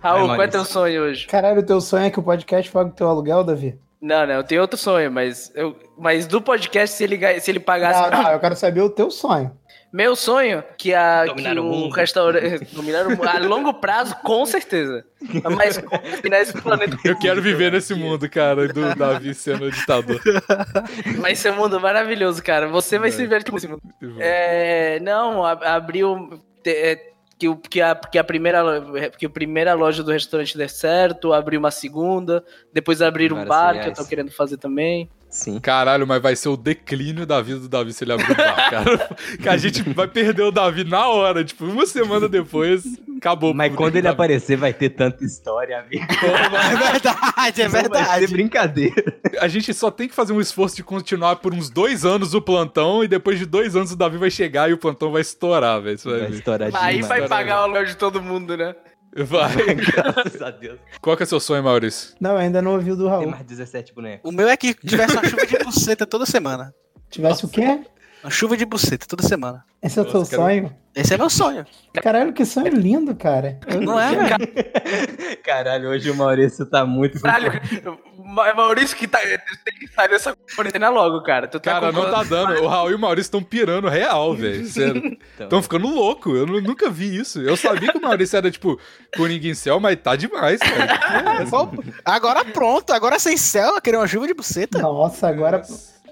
Speaker 1: Raul,
Speaker 5: Vai,
Speaker 1: qual é
Speaker 5: Maurício.
Speaker 1: teu sonho hoje?
Speaker 6: Caralho, o teu sonho é que o podcast pague o teu aluguel, Davi?
Speaker 1: Não, não, eu tenho outro sonho, mas, eu, mas do podcast, se ele, ga- se ele pagasse.
Speaker 6: Não, não, eu quero saber o teu sonho.
Speaker 1: Meu sonho que, a,
Speaker 5: Dominar
Speaker 1: que
Speaker 5: o
Speaker 1: um
Speaker 5: mundo.
Speaker 1: restaurante. Dominar o mundo. A longo prazo, com certeza. Mas dominar esse planeta.
Speaker 3: Eu quero viver nesse mundo, cara, do Davi sendo ditador.
Speaker 1: Vai ser um mundo maravilhoso, cara. Você vai se divertir nesse mundo. É, não, a- abriu. te- é, que, o- que, a, que, a primeira, lo- que a primeira loja do restaurante der certo, abriu uma segunda, depois abrir um
Speaker 5: Várias
Speaker 1: bar, que eu
Speaker 3: é
Speaker 5: filiais.
Speaker 1: tô querendo fazer também.
Speaker 5: Sim.
Speaker 3: Caralho, mas vai ser o declínio da vida do Davi se ele abrir o bar, cara. Que a gente vai perder o Davi na hora. Tipo, uma semana depois, acabou.
Speaker 5: Mas
Speaker 3: o
Speaker 5: quando ele
Speaker 3: Davi.
Speaker 5: aparecer, vai ter tanta história, amigo.
Speaker 2: É verdade, é
Speaker 5: Vai ser
Speaker 2: verdade.
Speaker 5: brincadeira.
Speaker 3: A gente só tem que fazer um esforço de continuar por uns dois anos o plantão, e depois de dois anos o Davi vai chegar e o plantão vai estourar, velho. Isso vai
Speaker 5: Vai
Speaker 3: ver.
Speaker 5: estourar
Speaker 1: Aí vai
Speaker 5: demais.
Speaker 3: Caralho.
Speaker 1: pagar o aluguel de todo mundo, né?
Speaker 3: Vai.
Speaker 5: Graças a Deus.
Speaker 3: Qual que é seu sonho, Maurício?
Speaker 6: Não, eu ainda não ouvi o do
Speaker 5: Tem
Speaker 6: Raul.
Speaker 5: mais 17 bonecos.
Speaker 2: O meu é que tivesse uma chuva de buceta toda semana.
Speaker 6: Tivesse o quê?
Speaker 2: Uma chuva de buceta toda semana.
Speaker 6: Esse é o
Speaker 3: Nossa,
Speaker 6: teu
Speaker 3: quero-
Speaker 6: sonho?
Speaker 2: Esse é meu sonho.
Speaker 6: Caralho, que sonho lindo, cara.
Speaker 2: Não é, velho?
Speaker 5: Caralho, hoje o Maurício tá muito...
Speaker 1: Caralho, Ma- Maurício que tá, tem que sair dessa quarentena logo, cara. Tu tá
Speaker 3: Cara, não
Speaker 1: comprando-
Speaker 3: tá dando. O Raul e o Maurício estão pirando real, velho.
Speaker 5: Então.
Speaker 3: Estão ficando louco. Eu nu- nunca vi isso. Eu sabia que o Maurício era, tipo, Coringa em céu, mas tá demais, cara.
Speaker 2: Bom, Agora pronto, agora sem céu, eu queria uma chuva de buceta.
Speaker 6: Nossa, agora,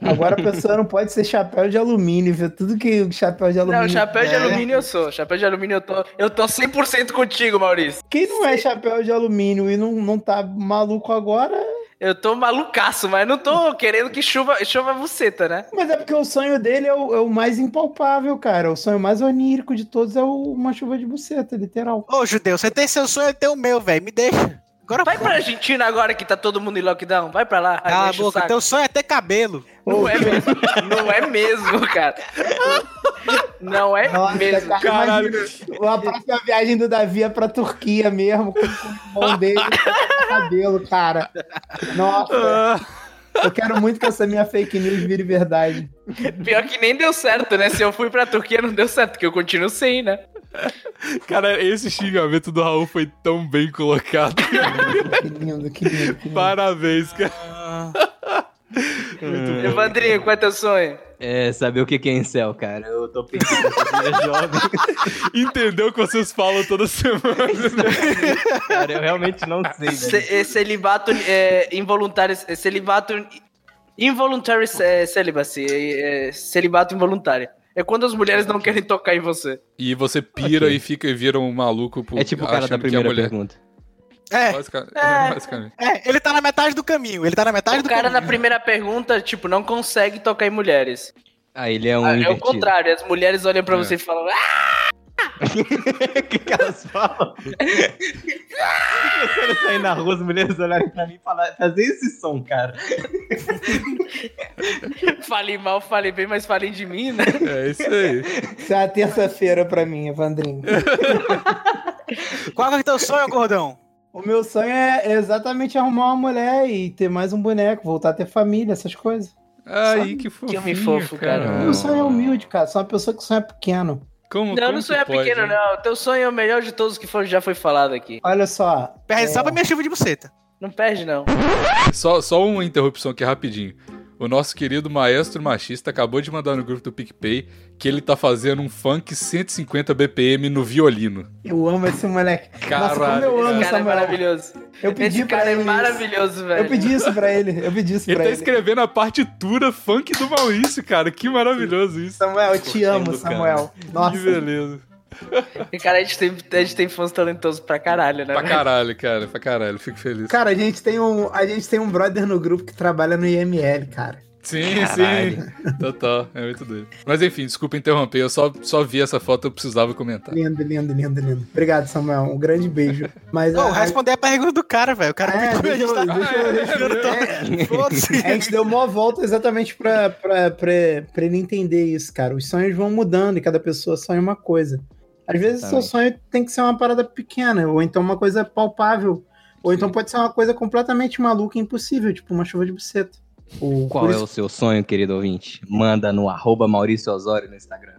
Speaker 6: agora a pessoa não pode ser chapéu de alumínio, viu? Tudo que o chapéu de alumínio.
Speaker 1: Não, chapéu de
Speaker 2: É.
Speaker 3: né?
Speaker 1: alumínio eu sou. Chapéu de alumínio eu tô. Eu tô 100% contigo, Maurício.
Speaker 6: Quem não é chapéu de alumínio e não, não tá maluco agora.
Speaker 1: Eu tô malucaço, mas não tô querendo que chuva, chova buceta, né?
Speaker 6: Mas é porque o sonho dele é o, é o mais impalpável, cara. O sonho mais onírico de todos é o- uma chuva de buceta, literal.
Speaker 2: Ô, judeu, você tem seu sonho, eu tenho o meu, velho. Me deixa. Agora
Speaker 1: Vai
Speaker 2: pronto.
Speaker 1: pra Argentina agora que tá todo mundo em lockdown. Vai pra lá.
Speaker 2: Cala a
Speaker 1: enche o
Speaker 2: boca,
Speaker 1: saco.
Speaker 2: teu sonho é ter cabelo.
Speaker 1: Não é mesmo. Não é mesmo, cara. Não é mesmo.
Speaker 6: cara,
Speaker 3: Caralho.
Speaker 6: imagina, A próxima viagem do Davi é pra Turquia mesmo, com, com o irmão dele, com cabelo, cara. Nossa,
Speaker 3: Ah,
Speaker 6: eu quero muito que essa minha fake news vire verdade.
Speaker 1: Pior que nem deu certo, né? Se eu fui pra Turquia, não deu certo, porque eu continuo sem, né?
Speaker 3: cara, esse xingamento do Raul foi tão bem colocado.
Speaker 6: Que lindo, que lindo. Que lindo.
Speaker 3: Parabéns, cara.
Speaker 1: Evandrinho, qual é teu sonho?
Speaker 5: É, saber o que que é incel, cara. Eu tô pensando que eu jovem,
Speaker 3: Entendeu o que vocês falam toda semana. né?
Speaker 5: cara. Eu realmente não sei, velho.
Speaker 1: Ce- eh, celibato eh, involuntário. eh, Celibato. Involuntary eh, celibacy. eh, eh, Celibato involuntário. É quando as mulheres não querem tocar em você.
Speaker 3: E você pira
Speaker 5: Ok.
Speaker 3: e fica e vira um maluco por
Speaker 5: É tipo o cara da
Speaker 3: achando que é
Speaker 5: primeira
Speaker 3: mulher.
Speaker 5: pergunta.
Speaker 2: É,
Speaker 3: Basica- Basicamente.
Speaker 2: é, ele tá na metade do caminho. Ele tá na metade
Speaker 1: O
Speaker 2: do
Speaker 1: cara
Speaker 2: caminho.
Speaker 1: na primeira pergunta, tipo, não consegue tocar em mulheres.
Speaker 5: Ah, ele é um.
Speaker 1: Ah, é o
Speaker 5: invertido.
Speaker 1: contrário, as mulheres olham pra
Speaker 3: É.
Speaker 1: você e falam, ah,
Speaker 5: O que, que elas falam? Começando a sair na rua, as mulheres olharem pra mim e falar, fazer esse som, cara.
Speaker 1: falei mal, falei bem, mas falem de mim, né?
Speaker 3: É isso aí.
Speaker 7: Isso é uma terça-feira pra mim, Evandrinho.
Speaker 2: Qual é o teu sonho, gordão?
Speaker 6: O meu sonho é exatamente arrumar uma mulher e ter mais um boneco, voltar a ter família, essas coisas.
Speaker 3: Aí, que fofinho.
Speaker 1: homem fofo, cara.
Speaker 6: O meu sonho é humilde, cara. Sou uma pessoa que sonha pequeno.
Speaker 3: Como,
Speaker 1: Não,
Speaker 3: como
Speaker 1: não
Speaker 3: que
Speaker 1: sonho é
Speaker 3: pode,
Speaker 1: pequeno,
Speaker 3: né?
Speaker 1: não. Teu sonho é o melhor de todos que foi- já foi falado aqui.
Speaker 6: Olha só.
Speaker 2: Perde
Speaker 6: é,
Speaker 2: só pra minha chuva de buceta.
Speaker 1: Não perde, não.
Speaker 3: Só, só uma interrupção aqui rapidinho. O nosso querido maestro machista acabou de mandar no grupo do PicPay que ele tá fazendo um funk 150 BPM no violino.
Speaker 6: Eu amo esse moleque. Nossa, como
Speaker 3: Caralho.
Speaker 6: eu
Speaker 1: Esse
Speaker 6: amo essa
Speaker 1: cara é
Speaker 6: moleque.
Speaker 1: maravilhoso.
Speaker 7: Eu pedi
Speaker 1: Esse
Speaker 7: pra
Speaker 1: cara é
Speaker 7: ele. isso.
Speaker 1: maravilhoso, velho.
Speaker 7: Eu pedi isso pra ele. Eu pedi isso
Speaker 3: Ele
Speaker 7: pra
Speaker 3: tá
Speaker 7: ele.
Speaker 3: escrevendo a partitura funk do Maurício, cara. Que maravilhoso isso.
Speaker 7: Samuel, eu te amo,
Speaker 3: Curtindo, cara.
Speaker 7: Samuel.
Speaker 3: Que
Speaker 7: Nossa.
Speaker 3: beleza.
Speaker 1: E, Cara, a gente, tem, a gente tem fãs talentosos pra caralho, né?
Speaker 3: Pra
Speaker 1: velho?
Speaker 3: caralho, cara. Pra caralho. Fico feliz.
Speaker 6: Cara, a gente, tem um, a gente tem um brother no grupo que trabalha no IML, cara.
Speaker 3: Sim,
Speaker 5: Caralho.
Speaker 3: sim. Total. É muito doido. Mas enfim, desculpa interromper. Eu só, só vi essa foto, eu precisava comentar.
Speaker 6: Lindo, lindo, lindo, lindo. Obrigado, Samuel. Um grande beijo. Mas
Speaker 2: Não,
Speaker 6: a-
Speaker 2: responder a pergunta do cara, velho. O cara
Speaker 6: É,
Speaker 2: pediu, a gente tá- É,
Speaker 6: deixa eu- deixa eu- é,
Speaker 2: Foda-se.
Speaker 6: A gente deu uma volta exatamente pra, pra, pra, pra ele entender isso, cara. Os sonhos vão mudando e cada pessoa sonha uma coisa. Às vezes o seu sonho tem que ser uma parada pequena, ou então uma coisa palpável. Ou então pode ser uma coisa completamente maluca e impossível, tipo uma chuva de buceta. O,
Speaker 5: Qual
Speaker 6: por
Speaker 5: é
Speaker 6: isso-
Speaker 5: o seu sonho, querido ouvinte? Manda no arroba Maurício Osório no Instagram.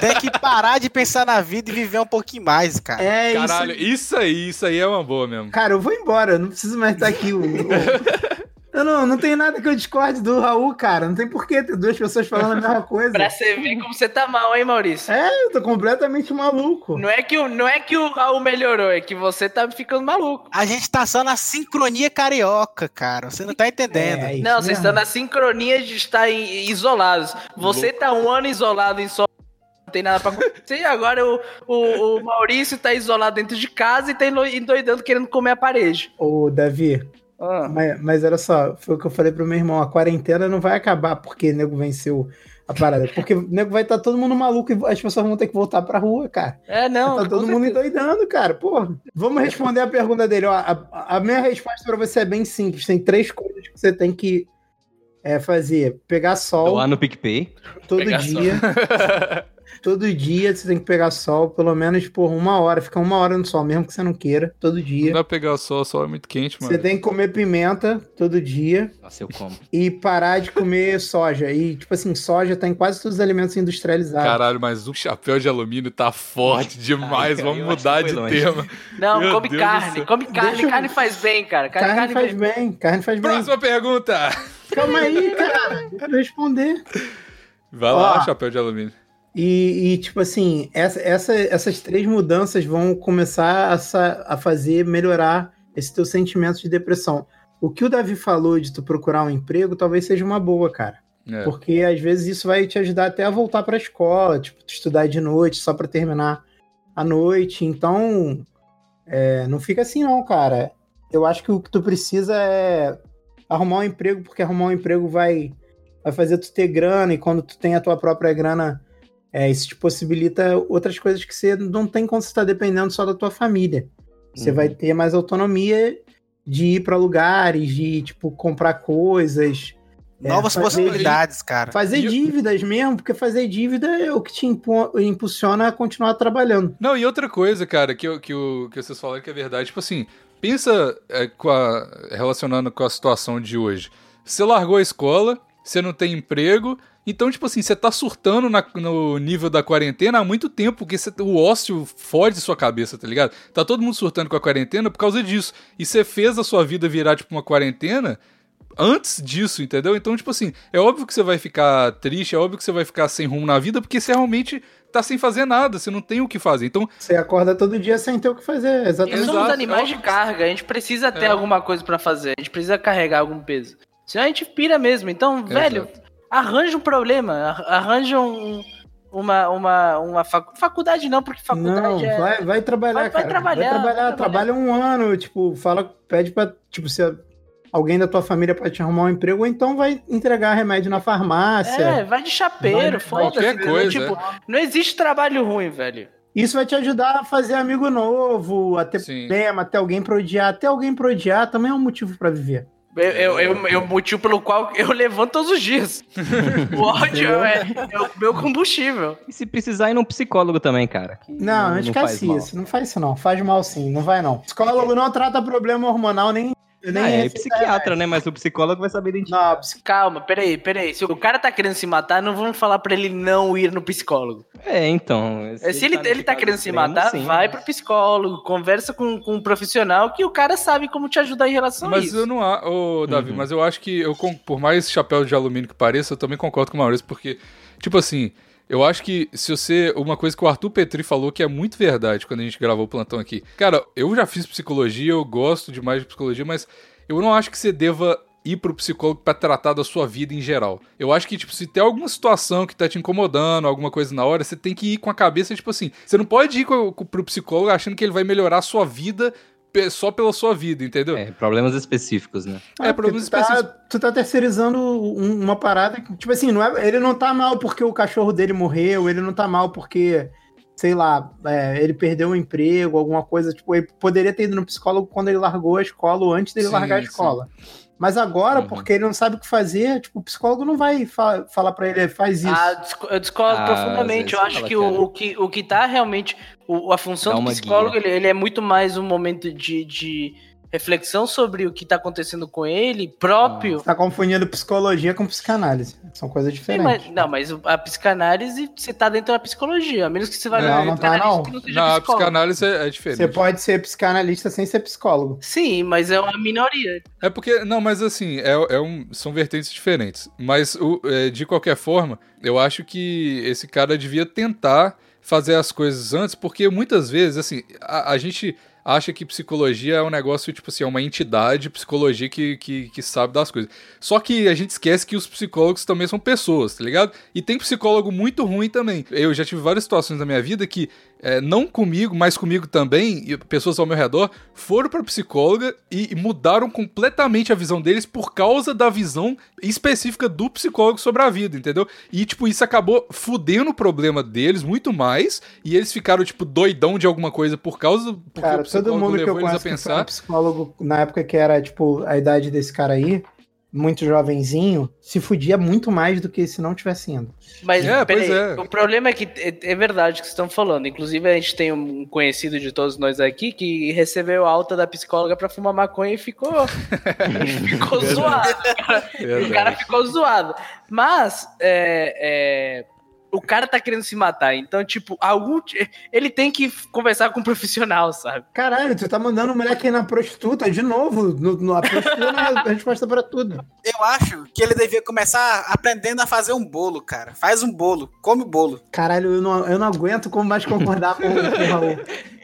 Speaker 2: Tem que parar de pensar na vida e viver um pouquinho mais, cara.
Speaker 6: É isso.
Speaker 3: Caralho, isso aí, isso aí é uma boa mesmo.
Speaker 6: Cara, eu vou embora, eu não preciso mais estar aqui. o- o- Eu não, não tem nada que eu discorde do Raul, cara. Não tem porquê ter duas pessoas falando a mesma coisa.
Speaker 1: Pra você ver como você tá mal, hein, Maurício?
Speaker 7: É,
Speaker 6: Eu tô completamente maluco.
Speaker 1: Não é, que o, não é que o Raul melhorou, é que você tá ficando maluco.
Speaker 2: A gente tá só na sincronia carioca, cara. Você não tá entendendo.
Speaker 6: É, isso
Speaker 1: Não, vocês
Speaker 6: mesmo.
Speaker 1: estão na sincronia de estar em- isolados. Você tá um ano isolado em só. Não tem nada pra acontecer. E agora o, o, o Maurício tá isolado dentro de casa e tá eno- endoidando querendo comer a parede.
Speaker 6: Ô, Davi,
Speaker 1: Ah.
Speaker 6: mas, mas olha só, foi o que eu falei pro meu irmão, a quarentena não vai acabar porque o nego venceu a parada. Porque o nego vai estar todo mundo maluco e as pessoas vão ter que voltar pra rua, cara.
Speaker 1: É, não.
Speaker 6: tá todo
Speaker 1: com
Speaker 6: mundo
Speaker 1: certeza.
Speaker 6: endoidando, cara. Porra. Vamos responder a pergunta dele. Ó, a, a minha resposta pra você é bem simples. Tem três coisas que você tem que é, fazer. Pegar sol
Speaker 5: Doar no PicPay.
Speaker 6: todo
Speaker 1: Pegar sol.
Speaker 6: dia. todo dia você tem que pegar sol, pelo menos por uma hora. Fica uma hora no sol, mesmo que você não queira, todo
Speaker 3: Não dá
Speaker 6: dia.
Speaker 3: pra pegar o sol, o sol é muito quente, mano.
Speaker 6: Você tem que comer pimenta todo dia.
Speaker 5: Nossa, eu como.
Speaker 6: e parar de comer soja. E, tipo assim, soja tá em quase todos os alimentos industrializados.
Speaker 3: Caralho, mas o chapéu de alumínio tá forte demais.
Speaker 5: Ai, cara,
Speaker 3: Vamos
Speaker 5: eu acho
Speaker 3: mudar
Speaker 5: que
Speaker 3: de
Speaker 5: foi longe.
Speaker 3: tema.
Speaker 1: Não,
Speaker 3: Meu
Speaker 1: come
Speaker 3: Deus do
Speaker 1: carne.
Speaker 3: céu.
Speaker 1: Come carne.
Speaker 6: Deixa eu-
Speaker 1: Carne faz bem, cara. Carne,
Speaker 6: carne,
Speaker 1: carne
Speaker 6: faz
Speaker 1: bem.
Speaker 6: bem, carne faz bem.
Speaker 3: Próxima pergunta!
Speaker 6: Calma aí, cara. Deixa eu responder.
Speaker 3: Vai lá,
Speaker 6: Ó.
Speaker 3: chapéu de alumínio.
Speaker 6: E, e, tipo assim, essa, essa- essas três mudanças vão começar a, sa- a fazer melhorar esse teu sentimento de depressão. O que o Davi falou de tu procurar um emprego talvez seja uma boa, cara.
Speaker 3: É.
Speaker 6: Porque às vezes isso vai te ajudar até a voltar pra escola, tipo, tu estudar de noite só pra terminar à noite. Então, é, não fica assim não, cara. Eu acho que o que tu precisa é arrumar um emprego, porque arrumar um emprego vai, vai fazer tu ter grana, e quando tu tem a tua própria grana, é, isso te possibilita outras coisas que você não tem quando você tá dependendo só da tua família. Você
Speaker 5: Uhum.
Speaker 6: vai ter mais autonomia de ir pra lugares, de, tipo, comprar coisas, É,
Speaker 2: Novas
Speaker 6: fazer-
Speaker 2: possibilidades, cara.
Speaker 6: Fazer
Speaker 3: E-
Speaker 6: dívidas mesmo, porque fazer dívida é o que te impu- impulsiona a continuar trabalhando.
Speaker 3: Não, e outra coisa, cara, que, eu- que, o- que vocês falaram que é verdade, tipo assim, pensa é, com a- relacionando com a situação de hoje. Você largou a escola, você não tem emprego, então, tipo assim, você tá surtando na- no nível da quarentena há muito tempo, porque você- o ócio fode sua cabeça, tá ligado? Tá todo mundo surtando com a quarentena por causa disso. E você fez a sua vida virar, tipo, uma quarentena antes disso, entendeu? Então, tipo assim, é óbvio que você vai ficar triste, é óbvio que você vai ficar sem rumo na vida, porque você realmente tá sem fazer nada, você não tem o que fazer. Então,
Speaker 6: Você acorda todo dia sem ter o que fazer,
Speaker 1: Nós
Speaker 6: exatamente.
Speaker 3: Exato.
Speaker 1: somos animais de
Speaker 3: Óbvio.
Speaker 1: carga, a gente precisa ter
Speaker 3: É.
Speaker 1: alguma coisa pra fazer, a gente precisa carregar algum peso. Senão a gente pira mesmo. Então, velho, arranja um problema, ar- arranja um, uma, uma, uma facu- faculdade não, porque faculdade
Speaker 6: Não,
Speaker 1: é...
Speaker 6: vai, vai trabalhar,
Speaker 1: Vai- vai
Speaker 6: cara.
Speaker 1: trabalhar,
Speaker 6: vai trabalhar,
Speaker 1: vai trabalhar.
Speaker 6: trabalha um ano, tipo, fala, pede pra, tipo, se a, alguém da tua família pode te arrumar um emprego, ou então vai entregar remédio na farmácia.
Speaker 1: É, vai de chapeiro,
Speaker 6: Vai-
Speaker 1: foda-se.
Speaker 3: qualquer
Speaker 1: entendeu?
Speaker 3: coisa. é.
Speaker 1: Tipo, não existe trabalho ruim, velho.
Speaker 6: Isso vai te ajudar a fazer amigo novo, a ter
Speaker 3: Sim.
Speaker 6: problema, a ter alguém pra odiar. Até alguém pra odiar também é um motivo pra viver.
Speaker 1: Eu, eu, eu,
Speaker 3: É.
Speaker 1: eu- o motivo pelo qual eu levanto todos os dias. o ódio é, é o meu combustível.
Speaker 5: E se precisar ir num psicólogo também, cara. que
Speaker 6: Não,
Speaker 5: não faz
Speaker 6: esquece
Speaker 5: mal.
Speaker 6: isso. Não faz isso, não. Faz mal sim, não vai não. Psicólogo não trata problema hormonal nem. nem
Speaker 5: Ah, é, é
Speaker 6: receita
Speaker 5: psiquiatra, né? Mas o psicólogo vai saber
Speaker 6: remédio.
Speaker 5: identificar.
Speaker 6: Não, psiqui-
Speaker 1: Calma, peraí, peraí. Se o cara tá querendo se matar, não vamos falar pra ele não ir no psicólogo.
Speaker 5: É, então.
Speaker 1: É, se ele, ele, tá
Speaker 5: no
Speaker 1: querendo se
Speaker 5: extremo,
Speaker 1: matar,
Speaker 5: sim. né?
Speaker 1: vai pro psicólogo, conversa com, com um profissional que o cara sabe como te ajudar em relação a
Speaker 3: Mas
Speaker 1: isso.
Speaker 3: eu não acho, Davi,
Speaker 5: Uhum.
Speaker 3: mas eu acho que, eu, con- por mais chapéu de alumínio que pareça, eu também concordo com o Maurício, porque, tipo assim, eu acho que se você. Uma coisa que o Arthur Petri falou que é muito verdade quando a gente gravou o plantão aqui. Cara, eu já fiz psicologia, eu gosto demais de psicologia, mas eu não acho que você deva ir pro psicólogo pra tratar da sua vida em geral. Eu acho que, tipo, se tem alguma situação que tá te incomodando, alguma coisa na hora, você tem que ir com a cabeça, tipo assim, você não pode ir com, com, pro psicólogo achando que ele vai melhorar a sua vida pe- só pela sua vida, entendeu?
Speaker 5: É, problemas específicos, né?
Speaker 3: É, problemas
Speaker 6: porque tu tá,
Speaker 3: específicos.
Speaker 6: tu tá terceirizando um- uma parada que, tipo assim, não é- ele não tá mal porque o cachorro dele morreu, ele não tá mal porque, sei lá, é, ele perdeu um emprego, alguma coisa. Tipo, ele poderia ter ido no psicólogo quando ele largou a escola ou antes dele
Speaker 3: Sim,
Speaker 6: largar a
Speaker 3: sim.
Speaker 6: escola. Mas agora,
Speaker 5: Uhum.
Speaker 6: porque ele não sabe o que fazer, tipo, o psicólogo não vai fa- falar pra ele, faz isso.
Speaker 1: Ah, disco- eu discordo
Speaker 5: Ah, às vezes
Speaker 1: profundamente. Eu acho
Speaker 5: fala,
Speaker 1: que o,
Speaker 5: cara.
Speaker 1: o que o que tá realmente. o- a função
Speaker 5: Dá
Speaker 1: do
Speaker 5: uma
Speaker 1: psicólogo
Speaker 5: guia.
Speaker 1: ele, ele é muito mais um momento de, de reflexão sobre o que tá acontecendo com ele próprio.
Speaker 6: Tá confundindo psicologia com psicanálise. São coisas
Speaker 5: Ah,
Speaker 1: Sim,
Speaker 6: diferentes.
Speaker 5: né?
Speaker 1: mas, não, mas a psicanálise, você tá dentro da psicologia. A menos que você vá
Speaker 6: Não,
Speaker 1: num
Speaker 6: não tá,
Speaker 1: psicanalista
Speaker 6: não.
Speaker 1: que seja
Speaker 3: Na
Speaker 1: psicólogo.
Speaker 3: psicanálise é é diferente.
Speaker 6: Você pode ser psicanalista sem ser psicólogo.
Speaker 1: Sim, mas é uma minoria.
Speaker 3: É porque, não, mas assim, é, é um- são vertentes diferentes. Mas, o- é, de qualquer forma, eu acho que esse cara devia tentar fazer as coisas antes, porque muitas vezes, assim, a, a gente acha que psicologia é um negócio, tipo assim, é uma entidade, psicologia que, que, que sabe das coisas. Só que a gente esquece que os psicólogos também são pessoas, tá ligado? E tem psicólogo muito ruim também. Eu já tive várias situações na minha vida que, é, não comigo, mas comigo também, e pessoas ao meu redor, foram pra psicóloga e e mudaram completamente a visão deles por causa da visão específica do psicólogo sobre a vida, entendeu? E, tipo, isso acabou fudendo o problema deles muito mais, e eles ficaram, tipo, doidão de alguma coisa por causa do. Porque
Speaker 6: Cara, todo mundo que eu conheço que foi um psicólogo na época que era, tipo, a idade desse cara aí, muito jovenzinho, se fudia muito mais do que se não tivesse indo.
Speaker 1: Mas
Speaker 3: É,
Speaker 1: peraí,
Speaker 3: pois é.
Speaker 1: o problema é que é, é verdade o que vocês estão falando. Inclusive, a gente tem um conhecido de todos nós aqui que recebeu alta da psicóloga pra fumar maconha e ficou, e ficou zoado. O cara ficou zoado. Mas é, é, o cara tá querendo se matar. Então, tipo, algum, ti- ele tem que conversar com um profissional, sabe?
Speaker 6: Caralho, tu tá mandando o moleque ir na prostituta de novo. No, no- a prostituta não é a resposta pra tudo.
Speaker 2: Eu acho que ele devia começar aprendendo a fazer um bolo, cara. Faz um bolo, come o bolo.
Speaker 6: Caralho, eu não, eu não aguento como mais concordar com o com o Raul.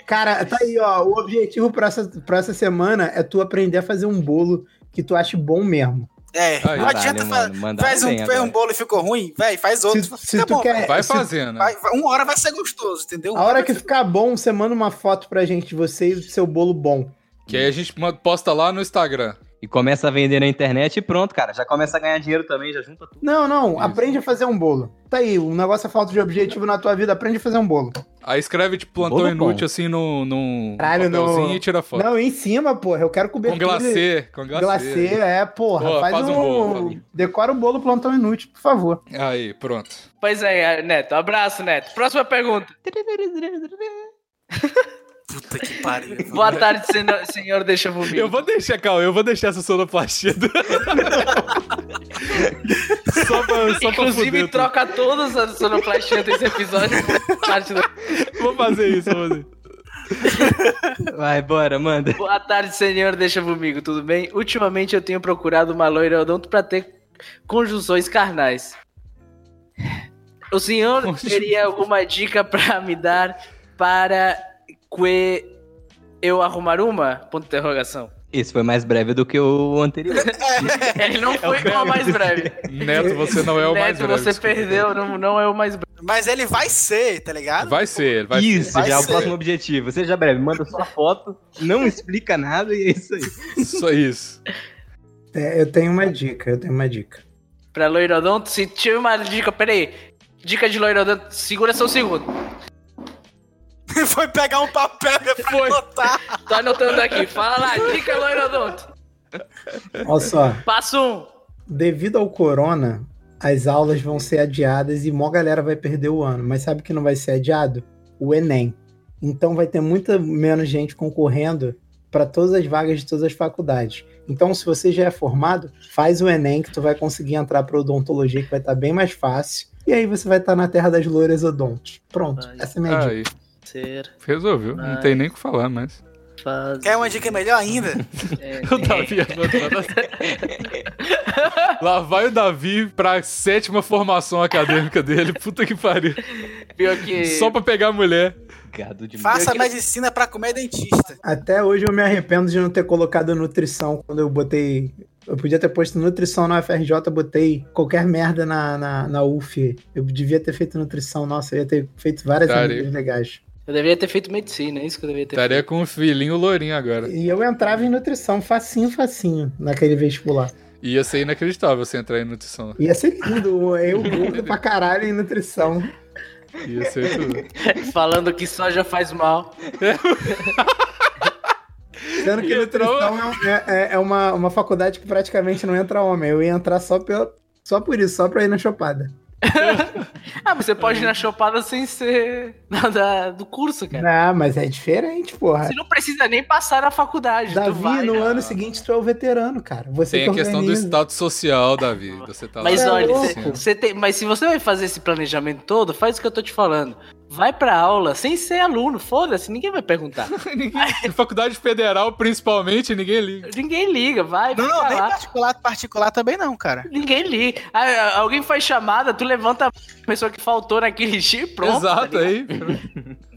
Speaker 6: Cara, tá aí, ó. O objetivo pra essa, pra essa semana é tu aprender a fazer um bolo que tu ache bom mesmo.
Speaker 2: É,
Speaker 3: Aí,
Speaker 2: não adianta
Speaker 5: né,
Speaker 2: fazer. Faz um, fez um bolo e ficou ruim, vai, faz outro.
Speaker 6: Se- se
Speaker 2: fica
Speaker 6: tu
Speaker 2: bom,
Speaker 6: quer-
Speaker 3: Vai
Speaker 1: é,
Speaker 6: se-
Speaker 3: fazendo. né?
Speaker 2: vai, vai- uma hora vai ser gostoso, entendeu?
Speaker 6: A hora que ficar bom, você manda uma foto pra gente de você e do seu bolo bom.
Speaker 3: Que aí a gente ma- posta lá no Instagram.
Speaker 5: E começa a vender na internet e pronto, cara. Já começa a ganhar dinheiro também, já junta tudo.
Speaker 6: Não, não,
Speaker 3: Isso.
Speaker 6: aprende a fazer um bolo. Tá aí, um negócio é falta de objetivo na tua vida, aprende a fazer um bolo.
Speaker 3: Aí escreve, tipo, plantão
Speaker 5: Bolo bom.
Speaker 3: inútil, assim, num, num
Speaker 6: Caralho, no-
Speaker 3: papelzinho e tira foto.
Speaker 6: Não, em cima, porra, eu quero
Speaker 3: Com
Speaker 6: cobertura. de-
Speaker 3: glacê, com glacê.
Speaker 6: Glacê, é, porra.
Speaker 3: Pô,
Speaker 6: faz,
Speaker 3: faz um
Speaker 6: um.
Speaker 3: bolo.
Speaker 6: Decora o bolo plantão inútil, por favor.
Speaker 3: Aí, pronto.
Speaker 1: Pois é, Neto. Abraço, Neto. Próxima pergunta.
Speaker 2: Puta que pariu.
Speaker 1: Boa tarde, senhor, senhor deixa comigo.
Speaker 3: Eu vou deixar, calma, eu vou deixar essa sonoplastia. do- só pra, só pra
Speaker 1: Inclusive,
Speaker 3: fuder, tudo.
Speaker 1: troca todas as sonoplastias desse episódio por parte do
Speaker 3: Vou fazer isso, vou fazer.
Speaker 5: Vai, bora, manda.
Speaker 1: Boa tarde, senhor. Deixa comigo, tudo bem? Ultimamente eu tenho procurado uma loira odonto pra ter conjunções carnais. O senhor teria alguma dica pra me dar para que eu arrumar uma? Ponto de interrogação.
Speaker 5: Esse foi mais breve do que o anterior.
Speaker 1: Ele não foi com a mais breve.
Speaker 3: Neto, É você não é o mais
Speaker 1: Neto,
Speaker 3: breve.
Speaker 1: você
Speaker 3: desculpa.
Speaker 1: perdeu, não, não é o mais breve.
Speaker 2: Mas ele vai ser, tá ligado?
Speaker 3: Vai ser, ele vai
Speaker 5: isso,
Speaker 2: vai
Speaker 5: já é o
Speaker 2: ser.
Speaker 5: próximo objetivo. Seja breve, manda só a foto, não explica nada e é isso aí.
Speaker 3: ser. Só isso.
Speaker 6: É, eu tenho uma dica, eu tenho uma dica.
Speaker 1: Pra loirodonto, se tiver uma dica, peraí. Dica de loirodonto, segura só um segundo.
Speaker 2: Foi pegar um papel depois botar.
Speaker 1: Tô Tá anotando aqui. Fala lá, dica loirodonto.
Speaker 6: Olha só.
Speaker 1: Passo um.
Speaker 6: Devido ao corona, as aulas vão ser adiadas e mó galera vai perder o ano. Mas sabe o que não vai ser adiado? O Enem. Então vai ter muita menos gente concorrendo para todas as vagas de todas as faculdades. Então, se você já é formado, faz o Enem que tu vai conseguir entrar para odontologia, que vai estar bem mais fácil. E aí você vai estar na terra das loiras odontos. Pronto,
Speaker 1: Ai.
Speaker 6: essa é a minha dica.
Speaker 3: Aí,
Speaker 1: Ser,
Speaker 3: resolveu. Não tem nem o que falar mais.
Speaker 1: fazer.
Speaker 2: Quer uma dica melhor ainda?
Speaker 3: O
Speaker 1: assim,
Speaker 3: Davi anotando. Lá vai o Davi pra sétima formação acadêmica dele. Puta que pariu.
Speaker 1: Pior que.
Speaker 3: Só pra pegar a mulher.
Speaker 5: Gado demais.
Speaker 2: Faça medicina pra comer dentista.
Speaker 6: Até hoje eu me arrependo de não ter colocado nutrição quando eu botei. Eu podia ter posto nutrição na UFRJ, eu botei qualquer merda na, na, na UF. Eu devia ter feito nutrição, nossa, eu ia ter feito várias
Speaker 3: Cara,
Speaker 6: amigas legais.
Speaker 1: Eu deveria ter feito medicina, é isso que eu deveria ter
Speaker 3: Estaria com um filhinho lourinho agora.
Speaker 6: E eu entrava em nutrição facinho, facinho, naquele vestibular.
Speaker 3: Ia ser inacreditável você entrar em nutrição.
Speaker 6: Ia ser lindo, eu gordo pra caralho em nutrição.
Speaker 3: Ia ser tudo.
Speaker 1: feito. Falando que soja faz mal.
Speaker 6: Sendo que
Speaker 3: Ia entrar
Speaker 6: nutrição é, um- é- é- é uma, uma faculdade que praticamente não entra homem. Eu ia entrar só, pela, só por isso, só pra ir na chopada.
Speaker 1: Ah, mas você pode ir na chopada sem ser nada do curso, cara.
Speaker 6: Ah, mas é diferente, porra.
Speaker 1: Você não precisa nem passar na faculdade. tu
Speaker 6: Davi,
Speaker 1: vai,
Speaker 6: no
Speaker 1: né?
Speaker 6: ano seguinte tu é o veterano, cara. Você
Speaker 3: Tem a
Speaker 6: que
Speaker 3: questão do
Speaker 6: organiza.
Speaker 3: status social, Davi. Você tá
Speaker 1: Mas
Speaker 6: É
Speaker 3: lá.
Speaker 1: olha,
Speaker 6: louco.
Speaker 1: cê- cê tem- mas se você vai fazer esse planejamento todo, faz o que eu tô te falando. Vai pra aula sem ser aluno, foda-se, ninguém vai perguntar.
Speaker 3: Ninguém- Faculdade federal, principalmente, ninguém liga.
Speaker 1: ninguém liga, vai,
Speaker 2: Não,
Speaker 1: fica
Speaker 2: nem
Speaker 1: lá.
Speaker 2: particular, particular também não, cara.
Speaker 1: Ninguém liga. Ah, Alguém faz chamada, tu levanta a pessoa que faltou naquele dia e pronto. tá
Speaker 3: Exato,
Speaker 1: ligado?
Speaker 3: aí.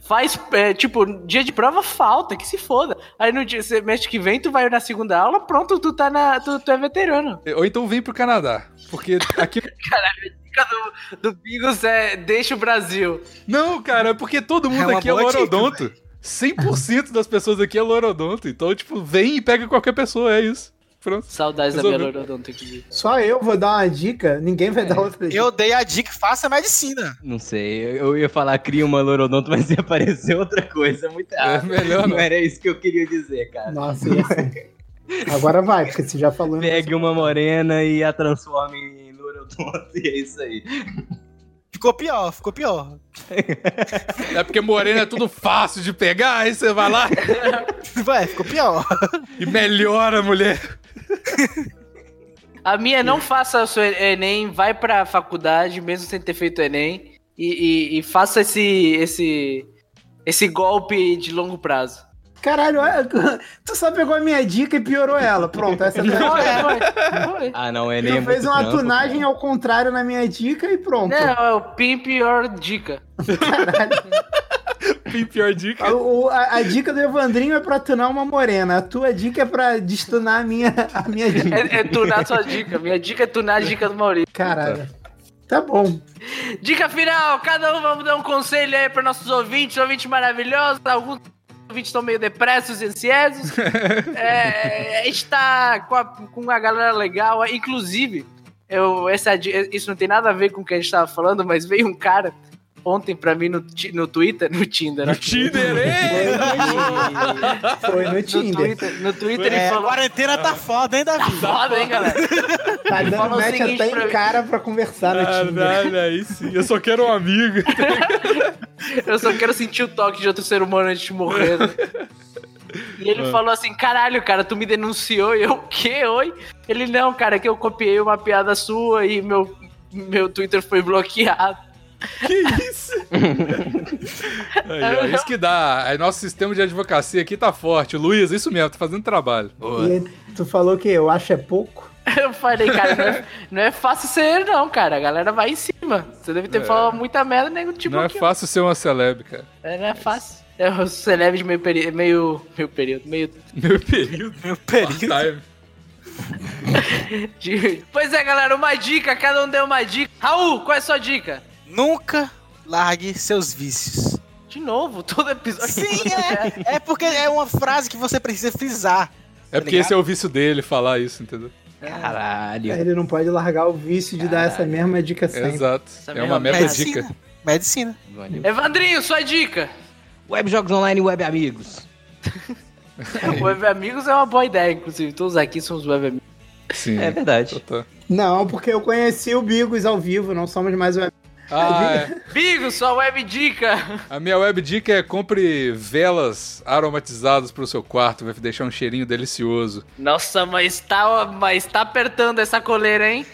Speaker 1: Faz, é, tipo, dia de prova falta, que se foda. Aí no dia, semestre que vem, tu vai na segunda aula, pronto, tu tá na. Tu, tu é veterano.
Speaker 3: Ou então vem pro Canadá. Porque aqui.
Speaker 1: Dica do, do Bigos é deixa o Brasil.
Speaker 3: Não, cara, é porque todo mundo
Speaker 2: uma
Speaker 3: aqui é
Speaker 2: boa dica,
Speaker 3: lorodonto. 100% das pessoas aqui é lorodonto. Então, tipo, vem e pega qualquer pessoa, é isso. Pronto.
Speaker 1: Saudades da
Speaker 3: Resolveu.
Speaker 1: minha Lorodonto aqui.
Speaker 6: Só eu vou dar uma dica, ninguém vai
Speaker 1: É.
Speaker 6: dar outra dica.
Speaker 2: Eu dei a dica, faça medicina.
Speaker 5: Não sei, eu ia falar cria uma lorodonto, mas ia aparecer outra coisa muito
Speaker 3: É
Speaker 5: errada.
Speaker 3: melhor
Speaker 5: Não
Speaker 3: não.
Speaker 5: era isso que eu queria dizer, cara.
Speaker 6: Nossa, ia ser. Agora vai, porque você já falou.
Speaker 5: Pegue uma morena e a transforme em lorodonto, e é isso aí.
Speaker 2: Ficou pior, ficou pior.
Speaker 3: É porque morena é tudo fácil de pegar, aí você vai lá
Speaker 2: Vai, ficou pior.
Speaker 3: e melhora a mulher.
Speaker 1: A minha não faça o seu Enem, vai pra faculdade, mesmo sem ter feito Enem, e, e- e faça esse, esse, esse golpe de longo prazo.
Speaker 6: Caralho, olha, tu só pegou a minha dica e piorou ela. Pronto, essa foi
Speaker 1: Foi,
Speaker 6: a
Speaker 1: foi, foi.
Speaker 5: Ah, não,
Speaker 6: Tu
Speaker 5: Enem é muito
Speaker 6: fez uma
Speaker 5: trampo,
Speaker 6: tunagem
Speaker 5: cara.
Speaker 6: ao contrário na minha dica e pronto.
Speaker 1: Não, é o Pimp Your Dica.
Speaker 3: Tem pior dica.
Speaker 6: A, o- a- a dica do Evandrinho é pra tunar uma morena. A tua dica é pra destunar a minha, a minha dica.
Speaker 1: É, é tunar sua dica. Minha dica é tunar a dica do Maurício.
Speaker 6: Caralho. Tá bom.
Speaker 1: Dica final, cada um vamos dar um conselho aí para nossos ouvintes, ouvintes maravilhosos, alguns ouvintes estão meio depressos e ansiosos. É, a gente tá com, a- com uma galera legal, aí, inclusive, eu, essa di- isso não tem nada a ver com o que a gente tava falando, mas veio um cara ontem pra mim no, Ti- no Twitter, no Tinder, né?
Speaker 3: No Tinder,
Speaker 6: Foi
Speaker 3: hein?
Speaker 6: no- Foi no
Speaker 1: No
Speaker 6: Tinder.
Speaker 1: Twitter, no Twitter ele
Speaker 2: É, a
Speaker 1: falou... Ah.
Speaker 2: quarentena tá foda, hein, Davi?
Speaker 1: Foda, hein, galera?
Speaker 6: Tá dando
Speaker 1: Falou o
Speaker 6: match
Speaker 1: seguinte
Speaker 6: até
Speaker 1: pra
Speaker 6: em
Speaker 1: mim.
Speaker 6: cara pra conversar no Tinder.
Speaker 3: Caralho, Ah, aí sim. Eu só quero um amigo.
Speaker 1: Eu só quero sentir o toque de outro ser humano antes de morrer. né? E
Speaker 3: É.
Speaker 1: ele falou assim: caralho, cara, tu me denunciou. E eu, o quê? Oi? Ele, não, cara, é que eu copiei uma piada sua e meu, meu Twitter foi bloqueado.
Speaker 3: Que isso? Aí, ó, é isso que dá. Aí nosso sistema de advocacia aqui tá forte. Luiz, isso mesmo, tá fazendo trabalho.
Speaker 6: E aí, tu falou que eu acho é pouco?
Speaker 1: Eu falei, cara, não é, não é fácil ser ele, não, cara. A galera vai em cima. Você deve ter falado muita merda, nego, tipo,
Speaker 3: É. Não é fácil ser uma celebre, cara.
Speaker 1: não é fácil. É o celebre de meio período, meio, meio período, meio
Speaker 3: Meu período.
Speaker 2: Meu período.
Speaker 3: Time.
Speaker 1: de... Pois é, galera, uma dica, cada um deu uma dica. Raul, qual é a sua dica?
Speaker 2: Nunca largue seus vícios.
Speaker 1: De novo, todo episódio.
Speaker 2: Sim, é. É porque é uma é frase que você precisa frisar.
Speaker 3: É porque
Speaker 2: ligado?
Speaker 3: esse é o vício dele falar isso, entendeu?
Speaker 5: Caralho.
Speaker 6: Ele não pode largar o vício de dar essa mesma dica sempre.
Speaker 3: Exato.
Speaker 1: Essa
Speaker 3: É uma
Speaker 1: mesma
Speaker 3: meta
Speaker 1: merda.
Speaker 3: dica.
Speaker 2: Medicina.
Speaker 1: Evandrinho, sua dica.
Speaker 5: É, Web Jogos Online e Web Amigos.
Speaker 1: O Web Amigos é uma boa ideia, inclusive. Todos aqui são os Web Amigos.
Speaker 3: Sim.
Speaker 5: É verdade.
Speaker 3: Total.
Speaker 6: Não, porque eu conheci o Bigos ao vivo, não somos mais um o
Speaker 3: Ah, é.
Speaker 1: Bigo, sua Web Dica.
Speaker 3: A minha web dica é compre velas aromatizadas pro seu quarto, vai deixar um cheirinho delicioso.
Speaker 1: Nossa, mas tá, mas tá apertando essa coleira, hein?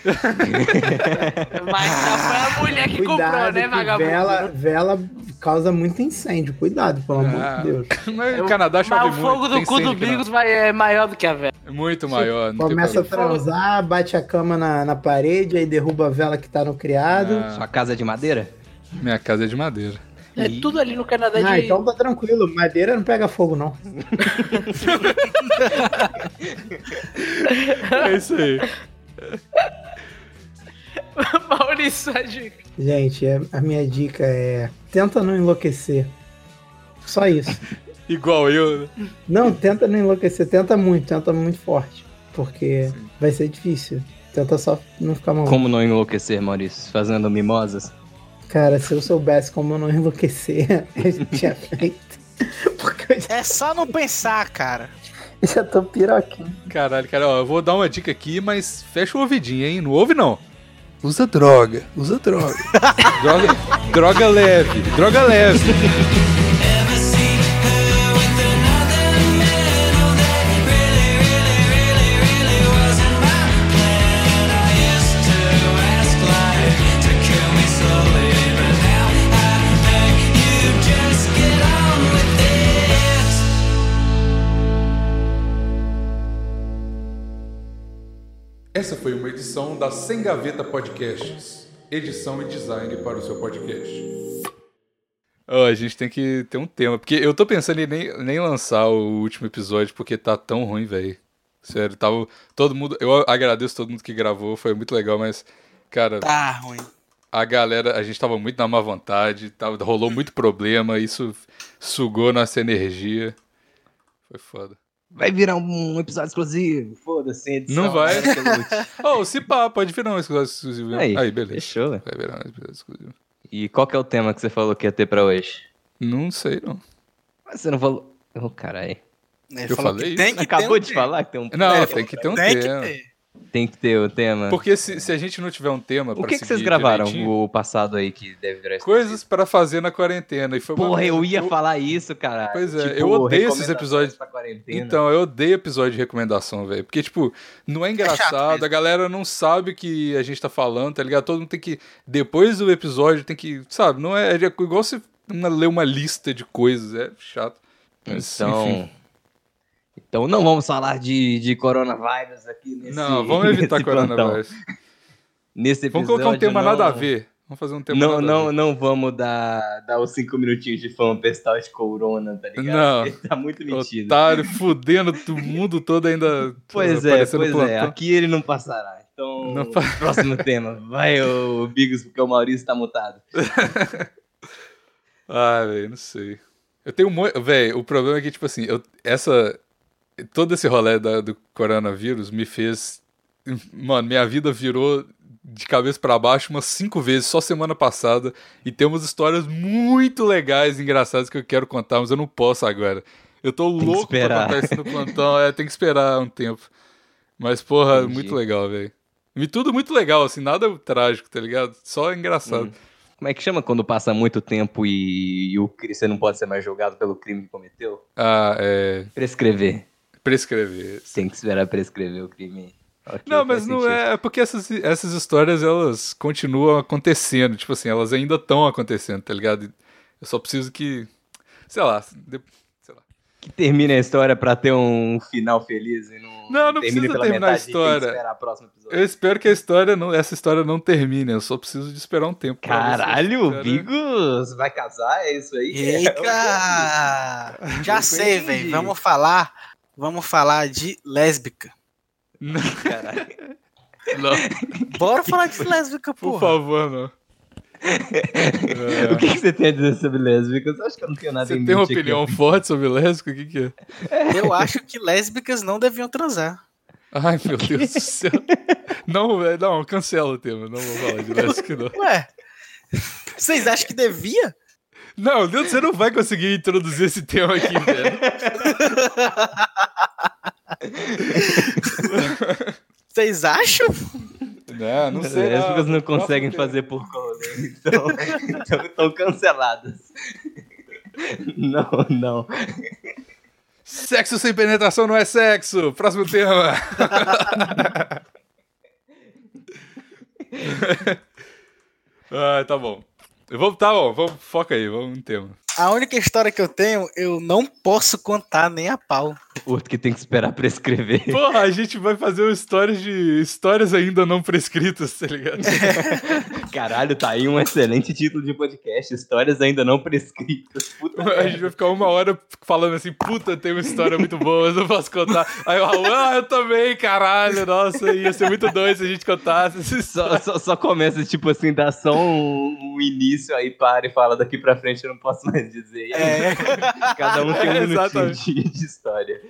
Speaker 1: mas tá, foi a mulher que comprou,
Speaker 6: Cuidado,
Speaker 1: né,
Speaker 6: que
Speaker 1: vagabundo?
Speaker 6: vela, vela causa muito incêndio, cuidado, pelo amor
Speaker 3: Ah.
Speaker 6: de Deus.
Speaker 3: Mas
Speaker 1: Eu-
Speaker 3: o Canadá chove
Speaker 1: Mas É o
Speaker 3: muito.
Speaker 1: fogo do
Speaker 3: tem né?
Speaker 1: cu do
Speaker 3: incêndio que não-
Speaker 1: Bigos vai, é maior do que a vela.
Speaker 3: É muito maior. Não tem
Speaker 6: Começa a
Speaker 3: problema.
Speaker 6: transar, bate a cama na, na parede, aí derruba a vela que tá no
Speaker 3: Ah.
Speaker 6: criado.
Speaker 5: Sua casa é de madeira?
Speaker 3: Minha casa é de madeira.
Speaker 1: É tudo ali no Canadá
Speaker 6: Ah,
Speaker 1: de...
Speaker 6: então tá tranquilo, madeira não pega fogo, não.
Speaker 3: É isso aí.
Speaker 1: Maurício, sua dica.
Speaker 6: Gente, é- a minha dica é: tenta não enlouquecer. Só isso.
Speaker 3: Igual eu. né?
Speaker 6: Não, tenta não enlouquecer, tenta muito, tenta muito forte. Porque vai ser difícil. Tenta só não ficar maluco.
Speaker 5: Como não enlouquecer, Maurício? Fazendo mimosas?
Speaker 6: Cara, se eu soubesse como eu não enlouquecer, eu tinha feito. Porque eu já,
Speaker 2: É só não pensar, cara.
Speaker 6: já tô piroquinho.
Speaker 3: Caralho, cara, ó, eu vou dar uma dica aqui, mas fecha o ouvidinho, hein? Não ouve, não. Usa droga, usa droga. droga, droga leve, droga leve. Essa foi uma edição da Sem Gaveta Podcasts. Edição e design para o seu podcast. a gente tem que ter um tema, porque eu tô pensando em nem, nem lançar o último episódio, porque tá tão ruim, velho. Sério, tava todo mundo. Eu agradeço todo mundo que gravou, foi muito legal, mas, cara,
Speaker 2: Tá ruim.
Speaker 3: a galera, a gente tava muito na má vontade, tava, rolou muito problema, isso sugou nossa energia. Foi foda.
Speaker 5: Vai virar um episódio exclusivo. Foda-se. edição.
Speaker 3: Não vai. Ô, se pá, pode virar um episódio exclusivo.
Speaker 5: Aí,
Speaker 3: Aí beleza.
Speaker 5: Fechou, velho.
Speaker 3: Vai virar um episódio exclusivo.
Speaker 5: E qual que é o tema que você falou que ia ter pra hoje?
Speaker 3: Não sei, não.
Speaker 5: Mas você não falou. Ô, caralho.
Speaker 2: Ele
Speaker 3: Eu
Speaker 2: É, falou
Speaker 3: falei
Speaker 2: que
Speaker 3: isso?
Speaker 2: tem que
Speaker 5: Acabou
Speaker 2: ter um
Speaker 5: de
Speaker 2: tema.
Speaker 5: falar que tem um.
Speaker 3: Não,
Speaker 2: É,
Speaker 3: tem que ter um
Speaker 2: Tem que
Speaker 3: tema.
Speaker 2: ter.
Speaker 5: Tem que ter o tema.
Speaker 3: Porque se, se a gente não tiver um tema
Speaker 5: O
Speaker 3: pra
Speaker 5: que, que vocês
Speaker 3: seguir
Speaker 5: gravaram
Speaker 3: direitinho,
Speaker 5: o passado aí que deve virar
Speaker 3: Coisas pra fazer na quarentena. E foi uma-
Speaker 5: Porra, eu ia falar isso, cara.
Speaker 3: Pois é, eu odeio esses
Speaker 5: recomendações
Speaker 3: episódios.
Speaker 5: pra quarentena.
Speaker 3: Então, eu odeio episódio de recomendação, velho. Porque, tipo, não é engraçado,
Speaker 2: mesmo.
Speaker 3: a galera não sabe o que a gente tá falando, tá ligado? Todo mundo tem que. Depois do episódio tem que. Sabe, não é. É igual você uma- ler uma lista de coisas, é chato. Mas, enfim.
Speaker 5: Então, então não vamos falar de, de coronavírus aqui nesse
Speaker 3: não, vamos evitar
Speaker 5: nesse plantão.
Speaker 3: coronavírus.
Speaker 5: Nesse episódio,
Speaker 3: Vamos colocar um tema
Speaker 5: não-
Speaker 3: nada a ver. Vamos fazer um tema
Speaker 5: Não,
Speaker 3: nada a
Speaker 5: não,
Speaker 3: ver.
Speaker 5: não vamos dar, dar os cinco minutinhos de fama pestal de corona, tá ligado?
Speaker 3: Não.
Speaker 5: Ele tá muito mentido.
Speaker 3: Otário fudendo o mundo todo ainda.
Speaker 5: Pois é,
Speaker 3: aparecendo
Speaker 5: pois é.
Speaker 3: plantão.
Speaker 5: Aqui ele não passará. Então,
Speaker 3: Não pa-
Speaker 5: próximo tema. Vai, o Bigos, porque o Maurício tá mutado.
Speaker 3: Ah, velho, não sei. Eu tenho um monte. Velho, o problema é que, tipo assim, eu, essa. Todo esse rolê da- do coronavírus me fez. Mano, minha vida virou de cabeça pra baixo umas cinco vezes só semana passada. E temos histórias muito legais e engraçadas que eu quero contar, mas eu não posso agora. Eu tô
Speaker 5: que
Speaker 3: louco pra
Speaker 5: esperar.
Speaker 3: contar isso no plantão. É, tem que esperar um tempo. Mas, porra,
Speaker 5: Entendi.
Speaker 3: muito legal, velho. E tudo muito legal, assim, nada trágico, tá ligado? Só engraçado.
Speaker 5: Como é que chama quando passa muito tempo e, e o, cri- você não pode ser mais julgado pelo crime que cometeu?
Speaker 3: Ah, é.
Speaker 5: Prescrever.
Speaker 3: Prescrever.
Speaker 5: Tem que esperar prescrever o crime. Ok,
Speaker 3: Não,
Speaker 5: faz
Speaker 3: mas não
Speaker 5: sentido.
Speaker 3: é, é porque essas, essas histórias elas continuam acontecendo, tipo assim, elas ainda estão acontecendo, tá ligado? Eu só preciso que, sei lá, de- sei lá.
Speaker 5: Que termina a história pra ter um final feliz e não.
Speaker 3: Não, não
Speaker 5: termina
Speaker 3: precisa
Speaker 5: pela
Speaker 3: terminar a
Speaker 5: metade e tem que
Speaker 3: história.
Speaker 5: esperar o próximo episódio.
Speaker 3: eu espero que a história não, essa história não termine, eu só preciso de esperar um tempo. pra ver se essa
Speaker 5: Caralho,
Speaker 3: história-
Speaker 5: Bigos, vai casar? É isso aí?
Speaker 2: Eita! Já
Speaker 5: Eu
Speaker 2: sei,
Speaker 5: entendi.
Speaker 2: velho. Vamos falar. Vamos falar de lésbica.
Speaker 5: Caralho.
Speaker 3: Não,
Speaker 2: Bora falar de lésbica, porra.
Speaker 3: por favor, não. É.
Speaker 5: o que, que você tem a dizer sobre lésbicas? Eu acho que eu não tenho nada
Speaker 3: Você
Speaker 5: em
Speaker 3: tem uma
Speaker 5: mente aqui.
Speaker 3: opinião forte sobre lésbico? O que, que é?
Speaker 2: Eu acho que lésbicas não deviam transar.
Speaker 3: Ai, meu Deus do céu. Não, é, não, cancela o tema. Não vou falar de Last não.
Speaker 2: Ué. Vocês acham que devia?
Speaker 3: Não, Deus, você não vai conseguir introduzir esse tema aqui, velho.
Speaker 2: Vocês acham?
Speaker 3: Né? Não, não sei. ah,
Speaker 5: As
Speaker 3: não.
Speaker 5: pessoas não
Speaker 3: Próximo
Speaker 5: conseguem
Speaker 3: tema.
Speaker 5: fazer por conta. Então, então estão canceladas. Não, não.
Speaker 3: Sexo sem penetração não é sexo. Próximo tema. ah, tá bom. Vamos, tá bom, vamos, foca aí, vamos no tema.
Speaker 2: A única história que eu tenho, eu não posso contar nem a pau.
Speaker 5: Outro que tem que esperar pra escrever.
Speaker 3: Porra, a gente vai fazer um stories de histórias ainda não prescritas, tá ligado?
Speaker 5: Caralho, tá aí um excelente título de podcast. Histórias ainda não prescritas. Puta
Speaker 3: A
Speaker 5: merda.
Speaker 3: gente vai ficar uma hora falando assim, puta, tem uma história muito boa, mas não posso contar. Aí o Raul, ah, eu também, caralho, nossa, ia ser muito doido se a gente contasse essa história.
Speaker 5: Só, só, só começa, tipo assim, dá só um, um início, aí para e fala daqui pra frente eu não posso mais dizer.
Speaker 2: É.
Speaker 5: Cada um tem um
Speaker 3: É,
Speaker 5: minutinho
Speaker 3: exatamente.
Speaker 5: de, de história.